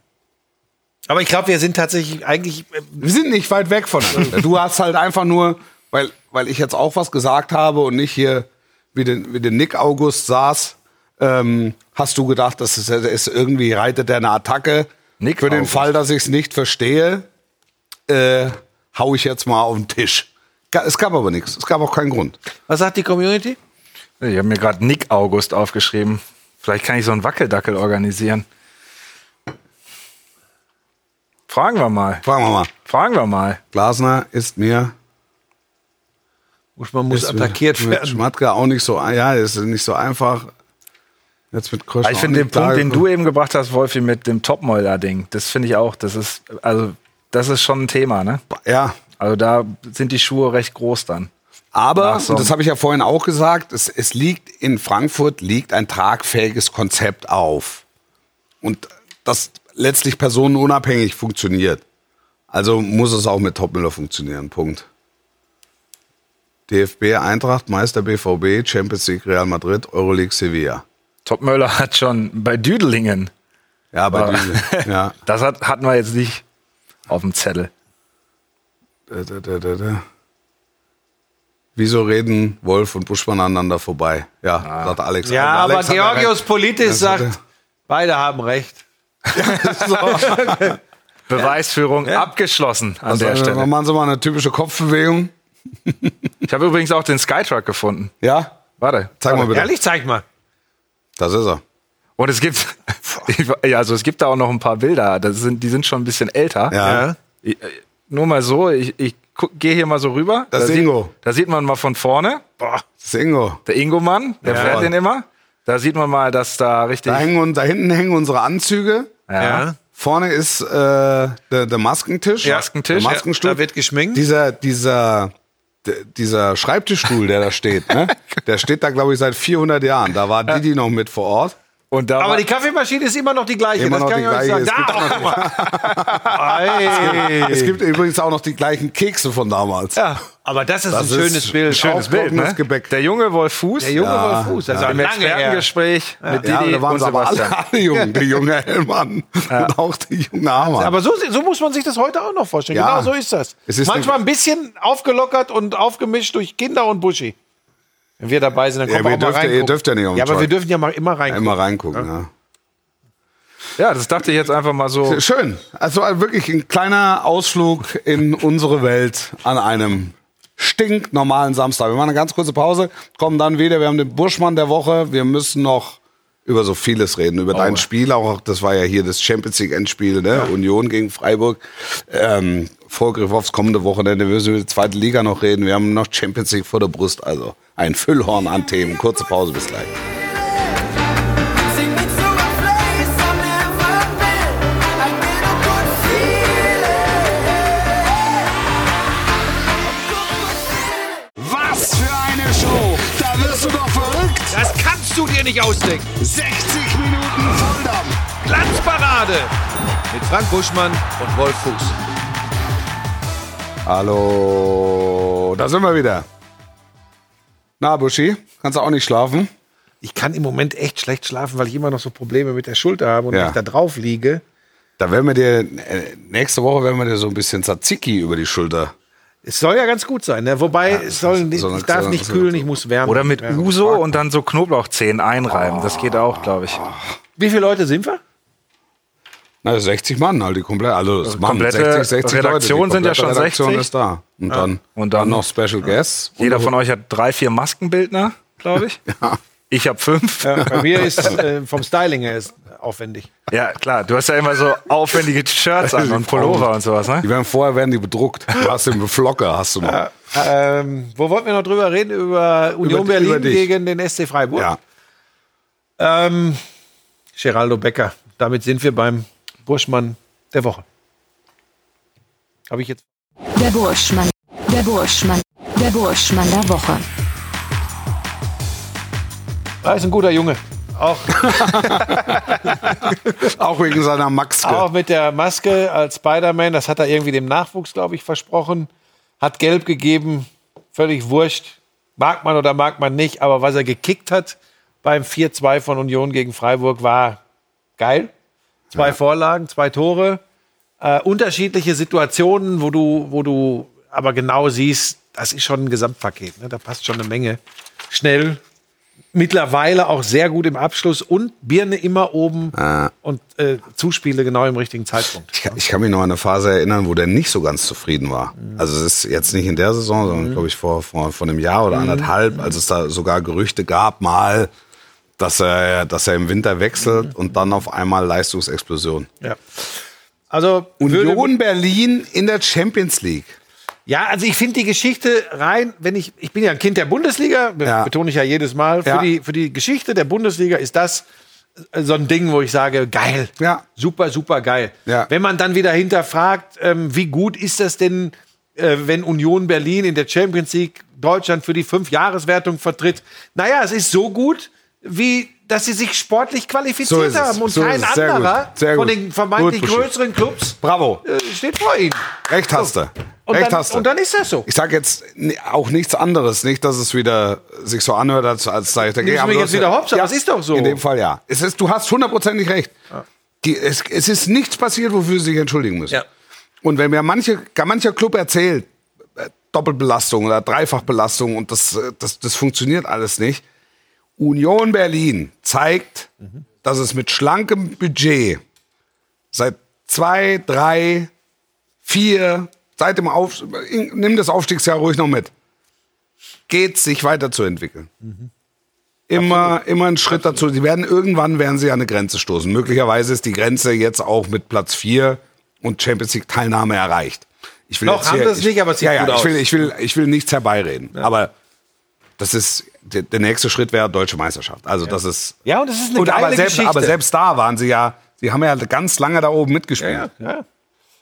aber ich glaube, wir sind tatsächlich eigentlich äh,
Wir sind nicht weit weg voneinander. Du hast halt einfach nur, weil, weil ich jetzt auch was gesagt habe und nicht hier wie den, wie den Nick August saß, ähm, hast du gedacht, das ist, ist irgendwie reitet er eine Attacke.
Nick
Für den
August.
Fall, dass ich es nicht verstehe, äh, hau ich jetzt mal auf den Tisch. Ga- Es gab aber nichts. Es gab auch keinen Grund.
Was sagt die Community?
Ich habe mir gerade Nick August aufgeschrieben. Vielleicht kann ich so einen Wackeldackel organisieren. Fragen wir mal.
Fragen wir mal.
Fragen wir mal.
Glasner ist mir
Muss- Man muss
ist mit-
attackiert
mit
werden.
Schmatke auch nicht so, ein- ja, ist nicht so einfach. Jetzt mit Krösch
Ich finde den Punkt, den du eben gebracht hast, Wolfi, mit dem Topmolder-Ding, das finde ich auch. Das ist, also, das ist schon ein Thema, ne?
ja,
Also da sind die Schuhe recht groß dann.
Aber,
Ach so.
und das habe ich ja vorhin auch gesagt, es, es liegt in Frankfurt liegt ein tragfähiges Konzept auf. Und das letztlich personenunabhängig funktioniert. Also muss es auch mit Topmüller funktionieren. Punkt. DFB Eintracht, Meister BVB, Champions League Real Madrid, Euroleague Sevilla.
Topmöller hat schon bei Düdelingen,
Ja, bei
Aber-
diesem. Ja.
das hat, hatten wir jetzt nicht auf dem Zettel.
Da, da, da, da, da. Wieso reden Wolf und Buschmann aneinander vorbei? Ja, sagt Alex.
Ja,
Und
aber
Alex hat recht. Äh,
Georgios Politis
Das hat
sagt, beide haben recht.
Beweisführung abgeschlossen an
Also,
der
äh,
Stelle.
Machen Sie mal eine typische Kopfbewegung.
Ich habe übrigens auch den Skytruck gefunden.
Ja,
Warte.
zeig mal bitte.
Ehrlich, zeig mal.
Das ist er.
Und es gibt, (laughs) ja, also es gibt da auch noch ein paar Bilder. Das sind, die sind schon ein bisschen älter.
Ja.
Ich, äh, nur mal so, ich, ich gehe hier mal so rüber.
Das ist
da, sieht,
Ingo.
da sieht man mal von vorne.
Das ist Ingo.
Der Ingo-Mann, der
Ja.
fährt den immer. Da sieht man mal, dass da richtig.
Da, hängen, und- da hinten hängen unsere Anzüge.
Ja.
Vorne ist äh, der, der Maskentisch.
Ja. Maskentisch,
Der
ja.
Maskenstuhl.
Da wird geschminkt.
dieser, dieser, d- dieser Schreibtischstuhl, der da steht, ne? der steht da, glaube ich, seit 400 Jahren. Da war Didi noch mit vor Ort.
Und da
Aber
war-
die Kaffeemaschine ist immer noch die gleiche.
Immer
das
noch
kann
die
ich euch
gleiche.
sagen.
Es gibt
Da, auch mal.
(laughs) Es gibt übrigens auch noch die gleichen Kekse von damals.
ja. Aber das ist
Das
ein schönes
ist
Bild.
ein schönes Bild.
Bild, ne?
Trockenes Gebäck.
Der junge Wolf Fuß.
Der Junge
Ja,
war Fuß. also Das
ja.
war
Im
lange her.
Expertengespräch mit
Ja,
Didi
da waren
und
sie aber
Sebastian.
alle, alle jung. Der junge Hellmann und auch der junge Hamann.
Aber so, so muss man sich das heute auch noch vorstellen.
Ja.
Genau so ist das.
Es ist
Manchmal
eine-
ein bisschen aufgelockert und aufgemischt durch Kinder und Buschi. Wenn wir dabei sind, dann
Ja,
kommen wir
wir
auch mal
dürft ja-
rein.
ihr dürft ja nicht auf den
Ja, aber
Truck.
wir dürfen ja mal immer rein.
Immer reingucken. Ja.
Ja, das dachte ich jetzt einfach mal
Oh.
so.
Schön. Also wirklich ein kleiner Ausflug in unsere Welt an einem stinknormalen Samstag. Wir machen eine ganz kurze Pause, kommen dann wieder. Wir haben den Buschmann der Woche. Wir müssen noch über so vieles reden.
Oh.
Über dein Spiel auch. Das war ja hier das Champions League Endspiel, ne? Union gegen Freiburg. Ähm, Vorgriff aufs kommende Wochenende. Wir müssen über die zweite Liga noch reden. Wir haben noch Champions League vor der Brust. Also ein Füllhorn an Themen. Kurze Pause, bis gleich.
Take me to a place I've never been. I get a good feeling.
Was für eine Show! Da wirst du doch verrückt!
Das kannst du dir nicht ausdenken.
60 Minuten Volldampf!
Glanzparade mit Frank Buschmann und Wolf Fuß.
Hallo, da sind wir wieder. Na, Buschi, kannst du auch nicht schlafen?
Ich kann im Moment echt schlecht schlafen, weil ich immer noch so Probleme mit der Schulter habe und
Ja.
wenn ich da drauf liege.
Da werden wir dir, äh, nächste Woche werden wir dir so ein bisschen Tzatziki über die Schulter.
Es soll ja ganz gut sein, ne? Wobei es soll nicht,
so eine-
ich darf nicht
so eine-
kühlen, ich muss wärmen.
Oder mit Uso und dann so Knoblauchzehen einreiben. Das geht auch, glaube ich.
Wie viele Leute sind wir?
Na, 60 Mann halt, die komplette, also das Mann,
komplette
60, 60
Redaktion
Leute. Die
sind ja
komplette
schon
Redaktion
60.
ist da. Und dann,
Und dann-
noch Special Guests.
Jeder von euch hat drei, vier Maskenbildner,
(laughs)
glaube ich. Ich habe fünf.
Ja, bei mir ist äh, vom Styling her ist äh, aufwendig.
Ja, klar. Du hast ja immer so aufwendige Shirts an und Pullover und sowas, ne?
Die werden vorher werden die bedruckt. Du hast den Beflocker, hast du noch. Ja.
Ähm, wo wollten wir noch drüber reden? Über Union
Über-
Berlin
über dich.
gegen den SC Freiburg. Ähm, Geraldo Becker. Damit sind wir beim Burschmann der Woche. Habe ich jetzt.
Der Burschmann. Der Burschmann. Der Burschmann der Woche.
Ah, ist ein guter Junge. Auch,
Auch wegen seiner Maxke.
auch mit der Maske als Spider-Man. Das hat er irgendwie dem Nachwuchs, glaube ich, versprochen. Hat gelb gegeben. Völlig wurscht. Mag man oder mag man nicht. Aber was er gekickt hat beim 4-2 von Union gegen Freiburg war geil. Zwei Vorlagen, zwei Tore. Äh, unterschiedliche Situationen, wo du, wo du aber genau siehst, das ist schon ein Gesamtpaket. Ne? Da passt schon eine Menge. Schnell, mittlerweile auch sehr gut im Abschluss und Birne immer oben und äh, Zuspiele genau im richtigen Zeitpunkt.
Ich kann, ich kann mich noch an eine Phase erinnern, wo der nicht so ganz zufrieden war. Also es ist jetzt nicht in der Saison, sondern glaube ich vor, vor, vor einem Jahr
Mhm.
oder anderthalb, als es da sogar Gerüchte gab, mal, dass er, dass er im Winter wechselt
Mhm.
und dann auf einmal Leistungsexplosion.
Ja. Also würde-
Union Berlin in der Champions League.
Ja, also ich finde die Geschichte rein, wenn ich, ich bin ja ein Kind der Bundesliga, be-
Ja.
betone ich ja jedes Mal, für,
Ja.
die, für die Geschichte der Bundesliga ist das äh, so ein Ding, wo ich sage, geil,
Ja.
super, super geil.
Ja.
Wenn man dann wieder hinterfragt, ähm, wie gut ist das denn, äh, wenn Union Berlin in der Champions League Deutschland für die Fünfjahreswertung vertritt, naja, es ist so gut, wie dass sie sich sportlich qualifiziert
So ist es.
haben und
So ist
kein
es. Sehr
anderer
gut. Sehr
von
gut.
den vermeintlich
Gut, Buschi.
größeren Clubs
Bravo.
äh, steht vor ihnen.
Recht hast du.
Und
Recht
dann,
hast du.
und dann ist das so.
ich sage jetzt ni- auch nichts anderes, nicht, dass es wieder sich so anhört, als, als sei ich dagegen.
Nimmst du
Aber
mir jetzt
du hast-
wieder Hops ab? Das ist doch so.
In dem Fall ja. Es ist, du hast hundertprozentig recht. Die, es, es ist nichts passiert, wofür sie sich entschuldigen müssen.
Ja.
Und wenn mir manche, gar mancher Club erzählt, äh, Doppelbelastung oder Dreifachbelastung und das, äh, das, das funktioniert alles nicht. Union Berlin zeigt,
Mhm.
dass es mit schlankem Budget seit zwei, drei, vier, seit dem Auf, in- nimm das Aufstiegsjahr ruhig noch mit, geht sich weiterzuentwickeln.
Mhm.
Immer, immer einen Schritt dazu. Sie werden irgendwann werden sie an eine Grenze stoßen. Möglicherweise ist die Grenze jetzt auch mit Platz 4 und Champions League Teilnahme erreicht. Ich will
Noch
jetzt
haben
hier-
sie es
ich-
nicht, aber es sieht
ja, ja,
gut
ich will,
aus.
ich will, ich will nichts herbeireden. Aber das ist der, der nächste Schritt wäre deutsche Meisterschaft. Also das ist
Ja, und es ist eine
und
geile
aber selbst,
Geschichte.
aber selbst da waren sie ja, sie haben ja ganz lange da oben mitgespielt.
ja. Ähm,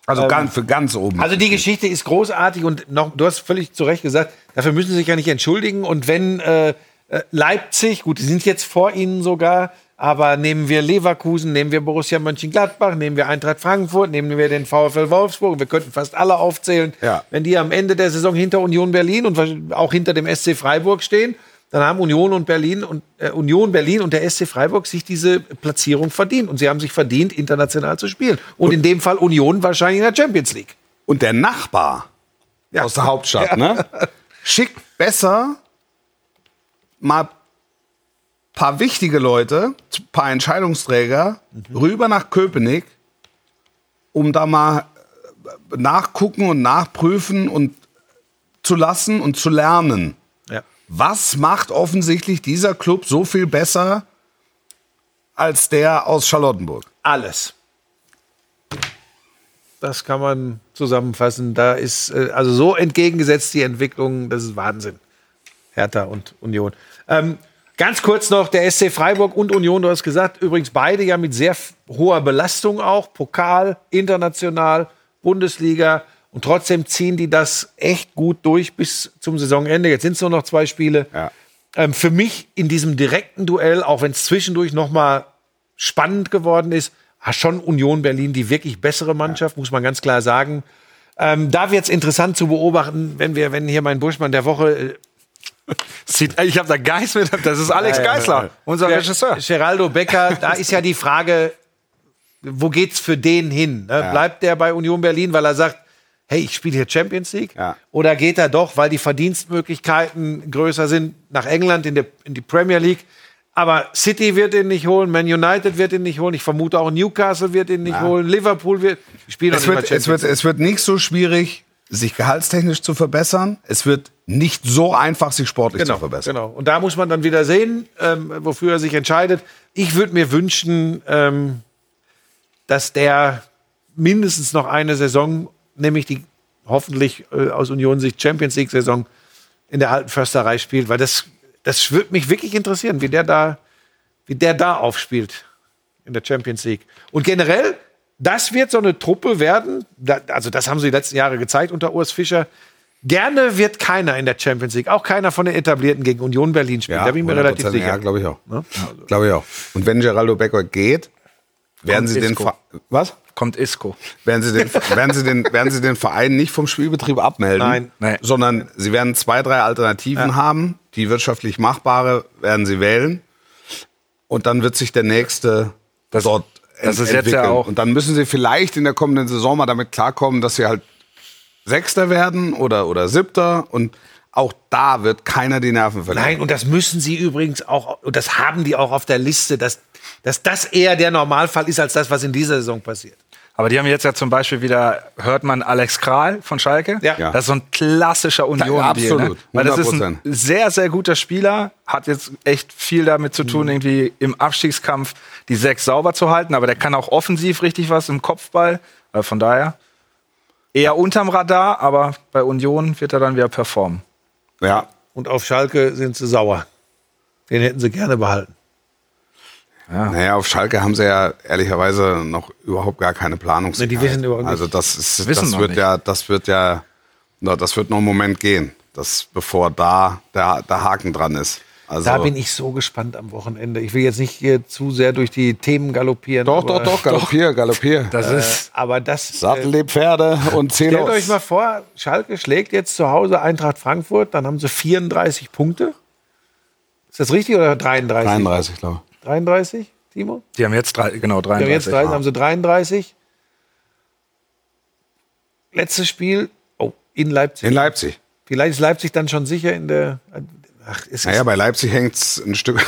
Also ganz, für ganz oben.
Also die Geschichte ist großartig und noch, du hast völlig zu Recht gesagt, dafür müssen sie sich ja nicht entschuldigen. Und wenn äh, äh, Leipzig, gut, die sind jetzt vor ihnen sogar, Aber nehmen wir Leverkusen, nehmen wir Borussia Mönchengladbach, nehmen wir Eintracht Frankfurt, nehmen wir den VfL Wolfsburg. Wir könnten fast alle aufzählen.
Ja.
Wenn die am Ende der Saison hinter Union Berlin und auch hinter dem SC Freiburg stehen, dann haben Union und Berlin und äh, Union Berlin und der SC Freiburg sich diese Platzierung verdient und sie haben sich verdient international zu spielen und in dem Fall Union wahrscheinlich in der Champions League.
Und der Nachbar aus der Hauptstadt, ne?
(laughs)
Schickt besser mal paar wichtige Leute, paar Entscheidungsträger
Mhm.
rüber nach Köpenick, um da mal äh, nachgucken und nachprüfen und zu lassen und zu lernen.
Ja.
Was macht offensichtlich dieser Club so viel besser als der aus Charlottenburg?
alles. Das kann man zusammenfassen. Da ist äh, also so entgegengesetzt die Entwicklung, das ist Wahnsinn. Hertha und Union. Ähm, ganz kurz noch, der SC Freiburg und Union, du hast gesagt, übrigens beide ja mit sehr f- hoher Belastung auch, Pokal, international, Bundesliga. Und trotzdem ziehen die das echt gut durch bis zum Saisonende. Jetzt sind es nur noch zwei Spiele.
Ja.
Ähm, für mich in diesem direkten Duell, auch wenn es zwischendurch noch mal spannend geworden ist, hat schon Union Berlin die wirklich bessere Mannschaft, muss man ganz klar sagen. Ähm, da wird es interessant zu beobachten, wenn wir, wenn hier mein Burschmann der Woche äh,
Sieht- Ich habe da Geist mit. Das ist Alex Geißler, unser Regisseur.
Äh, Geraldo Becker, da ist ja die Frage, wo geht's für den hin? Ne? Bleibt der bei Union Berlin, weil er sagt, hey, ich spiele hier Champions League?
Ja.
Oder geht er doch, weil die Verdienstmöglichkeiten größer sind, nach England in, der, in die Premier League? Aber City wird ihn nicht holen, Man United wird ihn nicht holen. Ich vermute auch Newcastle wird ihn nicht holen, Liverpool wird. Die spielen
Es
doch nicht
wird,
mal
es, wird,
Champions
es wird nicht so schwierig, sich gehaltstechnisch zu verbessern. Es wird nicht so einfach, sich sportlich zu
Genau,
verbessern.
genau. Und da muss man dann wieder sehen, ähm, wofür er sich entscheidet. Ich würde mir wünschen, ähm, dass der mindestens noch eine Saison, nämlich die hoffentlich äh, aus Union-Sicht Champions League-Saison in der alten Försterei spielt, weil das, das würde mich wirklich interessieren, wie der da, wie der da aufspielt in der Champions League. Und generell, das wird so eine Truppe werden, da, also das haben sie die letzten Jahre gezeigt unter Urs Fischer. Gerne wird keiner in der Champions League, auch keiner von den Etablierten gegen Union Berlin spielen. genau. da bin ich mir relativ
100%,
sicher.
Ja, glaube ich auch.
Ne?
Glaube ich auch. Und wenn Geraldo Becker geht, werden
Kommt
sie den
Isco.
Ver- was?
Kommt Isco.
Werden sie den, werden sie den, werden sie den Verein nicht vom Spielbetrieb abmelden,
Nein.
Nein.
sondern sie werden zwei, drei Alternativen haben. Die wirtschaftlich machbare werden sie wählen. Und dann wird sich der nächste
Das-
dort
das
ent-
ist jetzt ja
entwickeln.
auch-
Und dann müssen sie vielleicht in der kommenden Saison mal damit klarkommen, dass sie halt Sechster werden oder, oder Siebter. Und auch da wird keiner die Nerven verlieren.
Nein, und das müssen sie übrigens auch, und das haben die auch auf der Liste, dass, dass das eher der Normalfall ist, als das, was in dieser Saison passiert.
Aber die haben jetzt ja zum Beispiel wieder, hört man Alex Kral von Schalke?
Ja.
Das ist so ein klassischer union
absolut,
Ne? Weil das ist ein
100%.
sehr, sehr guter Spieler, hat jetzt echt viel damit zu
Mhm.
tun, irgendwie im Abstiegskampf die Sechs sauber zu halten, aber der kann auch offensiv richtig was im Kopfball. Äh, Von daher eher unterm Radar, aber bei Union wird er dann wieder performen.
Ja,
Und auf Schalke sind sie sauer. Den hätten sie gerne behalten.
Naja, auf Schalke haben sie ja ehrlicherweise noch überhaupt gar keine Planungssicherheit.
Nee, die wissen überhaupt nicht.
Also das ist,
Wissen
das
noch
wird
nicht.
ja, das wird ja, na, das wird noch einen Moment gehen, das, bevor da der, der Haken dran ist. Also,
Da bin ich so gespannt am Wochenende. Ich will jetzt nicht hier zu sehr durch die Themen galoppieren.
Doch,
aber,
doch, doch, galoppier, galoppier.
Das ist
Aber das. äh,
Sattel die Pferde und zähl
Stellt
los.
euch mal vor, Schalke schlägt jetzt zu Hause Eintracht Frankfurt, dann haben sie 34 Punkte. Ist das richtig oder 33?
33, glaube ich.
33, Timo?
die haben jetzt drei, genau
Wir
33.
haben jetzt 30, haben sie 33. Letztes Spiel oh, in Leipzig.
In Leipzig.
Vielleicht ist Leipzig dann schon sicher in der. Ach, es ist
Naja, bei Leipzig hängt's ein Stück,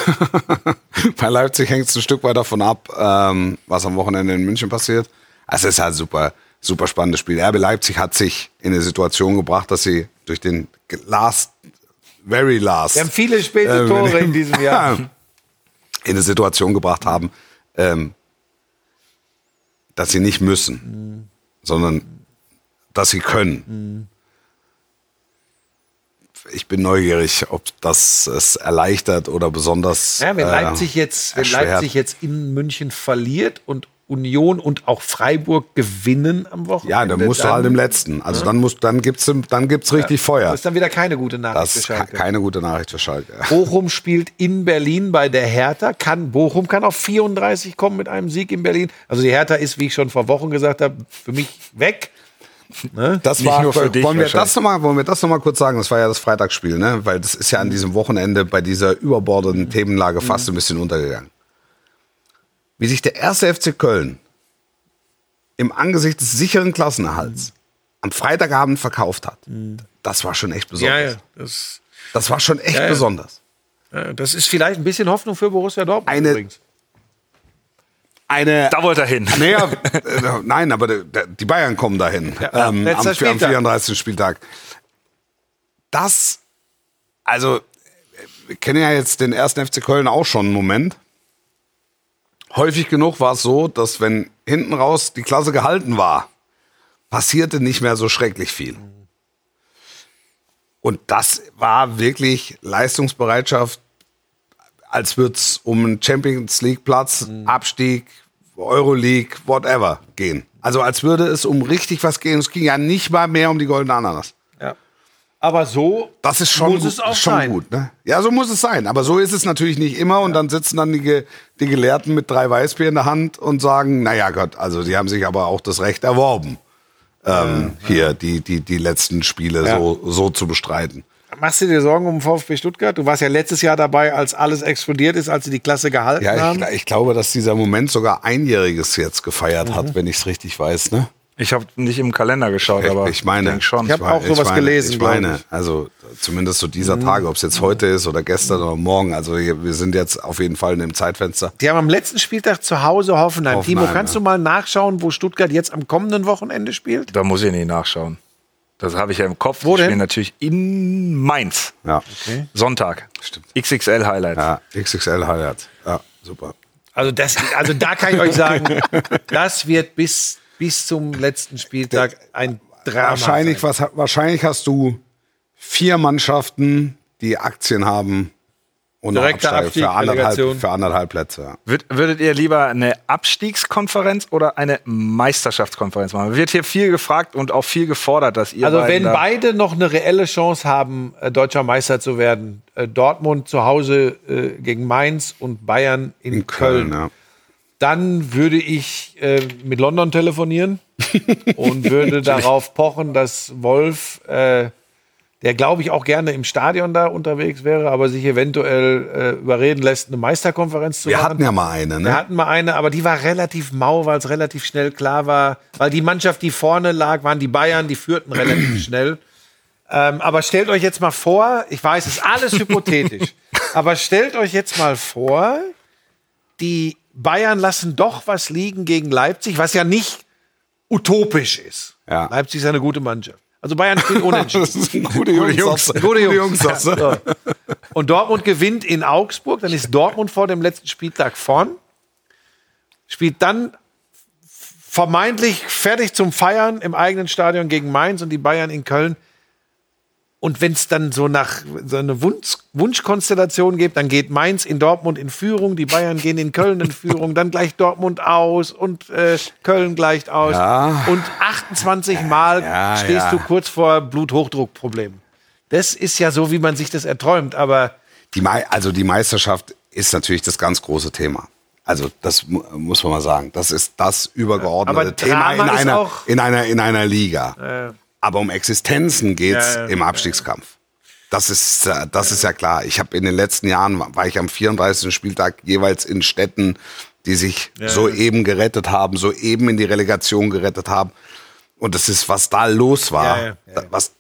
(laughs) bei Leipzig hängt's ein Stück weit davon ab, ähm, was am Wochenende in München passiert. Also es ist halt super, super spannendes Spiel. RB Leipzig hat sich in eine Situation gebracht, dass sie durch den last, very last,
Wir haben viele späte
ähm,
Tore in diesem Jahr.
(laughs) in eine Situation gebracht haben, ähm, dass sie nicht müssen, sondern dass sie können. Ich bin neugierig, ob das es erleichtert oder besonders.
Ja, wenn
äh,
Leipzig jetzt, wenn
erschwert.
Leipzig jetzt in München verliert und Union und auch Freiburg gewinnen am Wochenende.
Ja, dann musst du halt im letzten. Also dann, musst, dann gibt es dann gibt's richtig Feuer.
Das ist dann wieder keine gute Nachricht.
Das
für
ist ke-
Schalke.
keine gute Nachricht für Schalke.
Bochum spielt in Berlin bei der Hertha. Kann, Bochum kann auf 34 kommen mit einem Sieg in Berlin. Also die Hertha ist, wie ich schon vor Wochen gesagt habe, für mich weg.
Das
Nicht
war,
nur für dich
wollen, wir
wahrscheinlich.
das noch mal, wollen wir das nochmal kurz sagen? Das war ja das Freitagsspiel, ne? Weil das ist ja an diesem Wochenende bei dieser überbordenden
Mhm.
Themenlage fast ein bisschen untergegangen. Wie sich der erste FC Köln im Angesicht des sicheren
Mhm.
Klassenerhalts am Freitagabend verkauft hat, das war schon echt besonders.
Das,
Das war schon echt
Ja, ja.
besonders.
ja, das ist vielleicht ein bisschen Hoffnung für Borussia Dortmund
Eine- Eine.
Da wollte er hin.
(laughs) Naja, äh, nein, aber der- der- die Bayern kommen dahin
ja,
ähm, am,
letzter
am
Spieltag.
34. Spieltag. Das, also, äh, wir kennen ja jetzt den ersten FC Köln auch schon einen Moment. Häufig genug war es so, dass wenn hinten raus die Klasse gehalten war, passierte nicht mehr so schrecklich viel. Und das war wirklich Leistungsbereitschaft, als würde es um einen Champions League Platz,
Mhm.
Abstieg, Euroleague, whatever gehen. Also als würde es um richtig was gehen. Es ging ja nicht mal mehr um die goldene Ananas.
Ja. Aber so
Das ist schon,
Muss
gut,
es auch
ist schon
sein.
gut. Ne? Ja, so muss es sein. Aber so ist es natürlich nicht immer. Und dann sitzen dann die, Ge- die Gelehrten mit drei Weißbier in der Hand und sagen, naja Gott, also die haben sich aber auch das Recht erworben, ähm, hier die, die, die letzten Spiele
Ja.
so, so zu bestreiten.
Machst du dir Sorgen um VfB Stuttgart? Du warst ja letztes Jahr dabei, als alles explodiert ist, als sie die Klasse gehalten
Ja, ich,
haben.
gl- ich glaube, dass dieser Moment sogar Einjähriges jetzt gefeiert
Mhm.
hat, wenn ich es richtig weiß. Ne?
Ich habe nicht im Kalender geschaut,
Ich,
aber
ich meine,
denk schon.
Ich hab
meine-
auch sowas
ich meine,
gelesen,
Ich Mhm.
glaub
meine,
ich.
also zumindest so dieser Tage, ob es jetzt heute ist oder gestern oder morgen. Also hier- wir sind jetzt auf jeden Fall in dem Zeitfenster.
Die haben am letzten Spieltag zu Hause Hoffenheim.
Hoffenheim,
Timo, kannst
ja.
du mal nachschauen, wo Stuttgart jetzt am kommenden Wochenende spielt?
Da muss ich nicht nachschauen. Das habe ich ja im Kopf.
Wo
Die
denn?
spielen natürlich in Mainz.
Ja,
Sonntag.
Stimmt.
XXL Highlight.
ja XXL Highlight. Ja, super.
Also, das, also da kann ich euch sagen, das wird bis, bis zum letzten Spieltag ein Drama.
Wahrscheinlich,
sein.
was, wahrscheinlich hast du vier Mannschaften, die Aktien haben und noch
Direkter
absteigen
Abstieg,
für, anderthalb,
Relegation.
für anderthalb Plätze. Ja.
Würd, würdet ihr lieber eine Abstiegskonferenz oder eine Meisterschaftskonferenz machen? Wird hier viel gefragt und auch viel gefordert, dass ihr
Also, wenn
da-
beide noch eine reelle Chance haben, äh, deutscher Meister zu werden, äh, Dortmund zu Hause äh, gegen Mainz und Bayern in,
In
Köln,
Köln, ja.
dann würde ich äh, mit
(laughs)
London telefonieren und würde darauf pochen, dass Wolf, äh, der glaube ich auch gerne im Stadion da unterwegs wäre, aber sich eventuell äh, überreden lässt, eine Meisterkonferenz zu
Wir
machen.
hatten ja mal eine, ne?
Wir hatten mal eine, aber die war relativ mau, weil es relativ schnell klar war. Weil die Mannschaft, die vorne lag, waren die Bayern, die führten
(clears throat)
relativ schnell. Ähm, aber stellt euch jetzt mal vor, ich weiß, es ist
(laughs)
alles hypothetisch, aber stellt euch jetzt mal vor, die Bayern lassen doch was liegen gegen Leipzig, was ja nicht utopisch ist.
Ja.
Leipzig ist ja eine gute Mannschaft. Also
(laughs)
Bayern spielt
(laughs)
unentschieden.
Das ist ein gute Jungs.
Jungs.
Gute Jungs. sagst du?
Und Dortmund gewinnt in Augsburg, dann ist Dortmund vor dem letzten Spieltag vorn, spielt dann vermeintlich fertig zum Feiern im eigenen Stadion gegen Mainz und die Bayern in Köln. Und wenn es dann so nach so eine Wunsch Wunschkonstellation gibt, dann geht Mainz in Dortmund in Führung, die Bayern gehen in Köln in Führung, dann gleicht Dortmund aus und äh, Köln gleicht aus.
Ja.
Und 28 Mal
Ja,
stehst
ja.
du kurz vor Bluthochdruckproblemen. Das ist ja so, wie man sich das erträumt, aber
Die Mei also die Meisterschaft ist natürlich das ganz große Thema. Also das mu- muss man mal sagen. Das ist das übergeordnete
Aber
Thema in
Drama ist
einer,
auch-
in einer, in einer Liga. Aber um Existenzen geht's
Ja, ja,
im Abstiegskampf. Das ist, äh, das ist ja klar. Ich habe in den letzten Jahren, war ich am 34. Spieltag jeweils in Städten, die sich soeben gerettet haben, soeben in die Relegation gerettet haben. Und das ist, was da los war.
Ja, ja, ja.
Da- Was,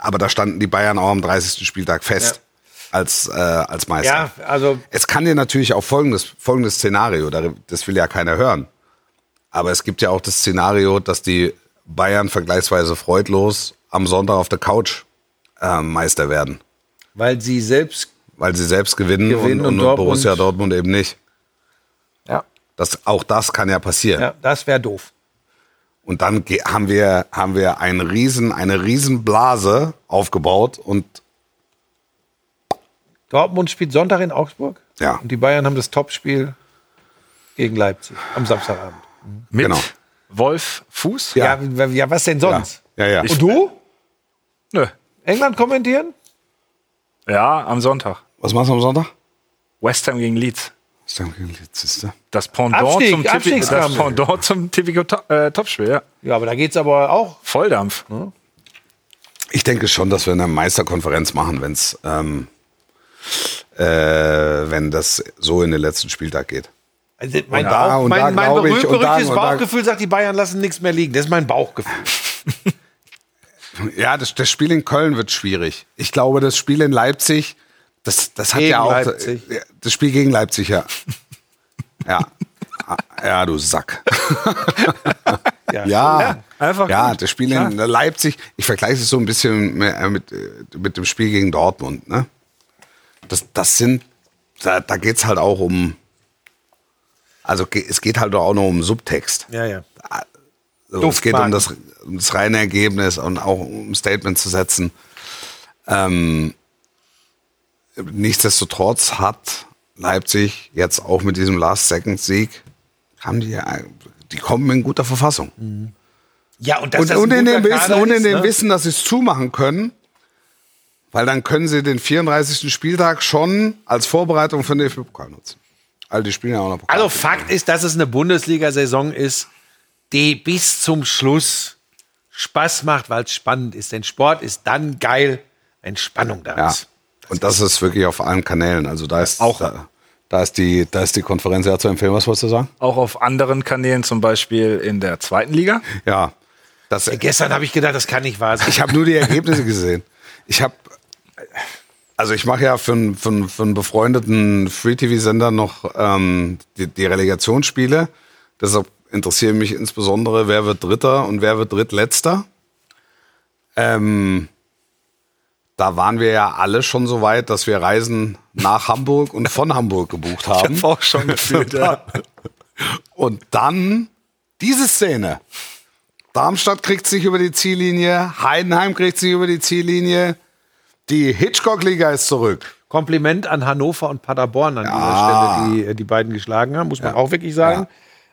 Aber da standen die Bayern auch am 30. Spieltag fest als, äh, als Meister.
ja, also
Es kann dir natürlich auch folgendes, folgendes Szenario, da- das will ja keiner hören. Aber es gibt ja auch das Szenario, dass die Bayern vergleichsweise freudlos am Sonntag auf der Couch äh, Meister werden,
weil sie selbst
weil sie selbst gewinnen,
Gewinnen
und, und,
und Dortmund-
Borussia Dortmund eben nicht.
Ja.
Das, auch das kann ja passieren.
ja, das wäre doof.
Und dann ge- haben wir, haben wir einen riesen, eine Riesenblase aufgebaut und
Dortmund spielt Sonntag in Augsburg
Ja.
und die Bayern haben das Topspiel gegen Leipzig am Samstagabend.
Mit
Genau.
Wolf Fuß?
Ja.
Ja, w- ja was denn sonst?
Ja, ja.
Und du?
Nö.
England kommentieren?
Ja, am Sonntag.
Was machst du am Sonntag?
West Ham gegen Leeds.
Was denn gegen Leeds, siehst du?
Das Pendant
Abstieg,
zum, Tippi- das
Abstiegskampf.
Pendant zum Tipico To- äh, Topspiel, ja.
Ja, aber da geht's aber auch.
Volldampf.
Ich denke schon, dass wir eine Meisterkonferenz machen, wenn's, ähm, äh, wenn das so in den letzten Spieltag geht.
Also mein
da-
Bauch,
und da
mein, mein
glaub ich,
berühmt-
und da-
berüchtigtes
und da-
Bauchgefühl sagt, die Bayern lassen nichts mehr liegen. Das ist mein Bauchgefühl.
Ja, das, das Spiel in Köln wird schwierig. Ich glaube, das Spiel in Leipzig, das, das hat
Gegen
ja auch.
Leipzig.
Ja, Das Spiel gegen Leipzig, ja. ja. Ah, Ja, du Sack. ja. Ja,
einfach
ja
gut.
das Spiel in Leipzig, ich vergleiche es so ein bisschen mehr mit, äh, mit dem Spiel gegen Dortmund. Ne? Das, das sind, da, da geht es halt auch um, also ge- es geht halt auch noch um Subtext.
Ja, ja.
So, es geht um
Duftmarken.
das, um das reine Ergebnis und auch um ein Statement zu setzen. Ähm, nichtsdestotrotz hat Leipzig jetzt auch mit diesem Last-Second-Sieg, haben die, ja- die kommen in guter Verfassung.
Ja, und, dass
Und,
Mhm. das ein
und, in
guter
dem Wissen,
Kader
und in
ist,
dem
ne?
Wissen, dass sie es zumachen können, weil dann können sie den 34. Spieltag schon als Vorbereitung für den DFB-Pokal nutzen. Also die spielen ja auch noch Pokal.
Also Fakt ist, dass es eine Bundesliga-Saison ist, die bis zum Schluss Spaß macht, weil es spannend ist. Denn Sport ist dann geil, wenn Spannung da
Ja.
ist.
Und das ist wirklich auf allen Kanälen. Also da ist
Auch-
da, da ist die da ist die Konferenz ja zu empfehlen. Was wolltest du sagen?
Auch auf anderen Kanälen, zum Beispiel in der zweiten Liga.
Ja, das.
Gestern habe ich gedacht, das kann nicht wahr sein.
Ich habe nur die Ergebnisse gesehen. Ich habe also ich mache ja für, einen- für, einen- für einen befreundeten Free-TV-Sender noch ähm, die, die Relegationsspiele. Deshalb interessieren mich insbesondere, wer wird Dritter und wer wird Drittletzter. Ähm, da waren wir ja alle schon so weit, dass wir Reisen nach Hamburg und von Hamburg gebucht haben.
(laughs) Hab auch schon gefühlt. ja.
Und dann diese Szene. Darmstadt kriegt sich über die Ziellinie, Heidenheim kriegt sich über die Ziellinie. Die Hitchcock-Liga ist zurück.
Kompliment an Hannover und Paderborn an dieser Stelle, die äh, die beiden geschlagen haben, muss man auch wirklich sagen.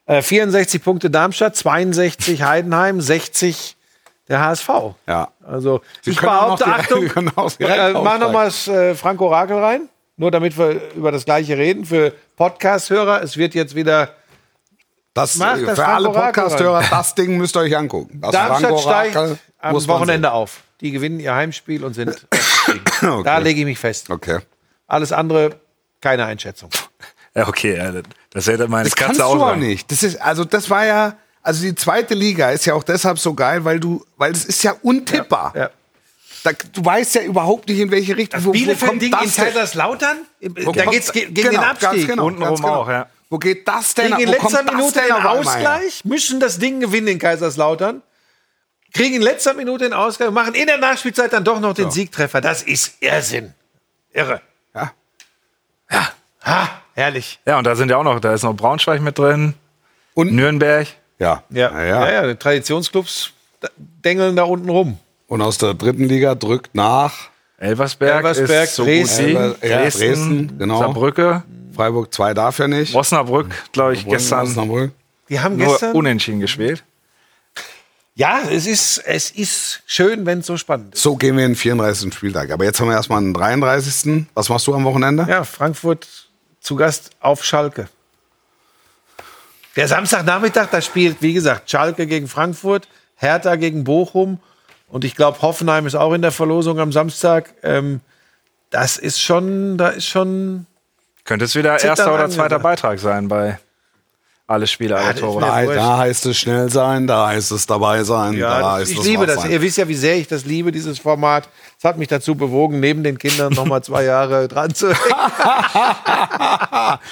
Äh, 64 Punkte Darmstadt, 62 Heidenheim, 60 der HSV.
Ja.
Also
Sie
ich
können auch
behaupte,
direkt- (laughs)
Achtung,
Sie können auch direkt
äh, mach
aufsteigen.
nochmal äh, Franco Rakel rein, nur damit wir über das Gleiche reden. Für Podcast-Hörer, es wird jetzt wieder
Das,
Macht das
für alle
Frank Orakel
Podcast-Hörer, das Ding müsst ihr euch angucken. Das
Darmstadt
Frank Orakel
steigt am
muss man
Wochenende auf. Die gewinnen ihr Heimspiel und sind.
sehen.
Da
Okay.
lege ich mich fest.
okay.
Alles andere, keine Einschätzung.
ja, okay, ja, das hätte meine
Das kannst
Katze
du
auch,
auch
sagen.
nicht. Das ist, also das war ja, also die zweite Liga ist ja auch deshalb so geil, weil du, weil es ist ja untippbar.
Ja.
Da, du weißt ja überhaupt nicht, in welche Richtung. wo- wo kommt
Bielefeld-Ding
das
in
denn?
Kaiserslautern?
Wo
Äh, Da
kommt-
geht es gegen den
genau, Ganz
Abstieg.
genau,
Untenrum
ganz genau.
auch, ja.
Wo geht das denn?
Kriegen in
Wo kommt
letzter
das
Minute
denn
den
auf einmal her?
Ausgleich, müssen das Ding gewinnen in Kaiserslautern, kriegen in letzter Minute den Ausgleich und machen in der Nachspielzeit dann doch noch den Siegtreffer. Das ist Irrsinn. Irre.
Ja.
Ha, herrlich.
Ja, und da sind ja auch noch, da ist noch Braunschweig mit drin.
Und-
Nürnberg.
Ja.
Ja,
Na
ja, ja, die Traditionsclubs da- dengeln da unten rum.
Und aus der dritten Liga drückt nach
Elversberg,
Elversberg,
ist so
Dresden.
gut wie.
Ja, Dresden, genau.
Saarbrücke,
Freiburg 2 darf ja nicht.
Osnabrück, glaube ich, gestern
Osnabrück.
Die haben
nur
gestern
unentschieden gespielt.
Ja, es ist, es ist schön, wenn es so spannend ist.
So gehen wir in den 34. Spieltag. Aber jetzt haben wir erstmal einen 33. Was machst du am Wochenende?
Ja, Frankfurt zu Gast auf Schalke. Der Samstagnachmittag, da spielt, wie gesagt, Schalke gegen Frankfurt, Hertha gegen Bochum und ich glaube, Hoffenheim ist auch in der Verlosung am Samstag. Ähm, das ist schon, da ist schon.
Könnte es wieder
Zittern
erster oder
angesagt.
zweiter Beitrag sein bei alle Spiele, alle
das
Tore.
ist mir-
Da,
wurscht.
da heißt es schnell sein, da heißt es dabei sein, da heißt
ich
es
liebe
wach
das.
sein.
Ihr wisst ja, wie sehr ich das liebe, dieses Format. Es hat mich dazu bewogen, neben den Kindern nochmal zwei Jahre dran zu hängen.
(laughs)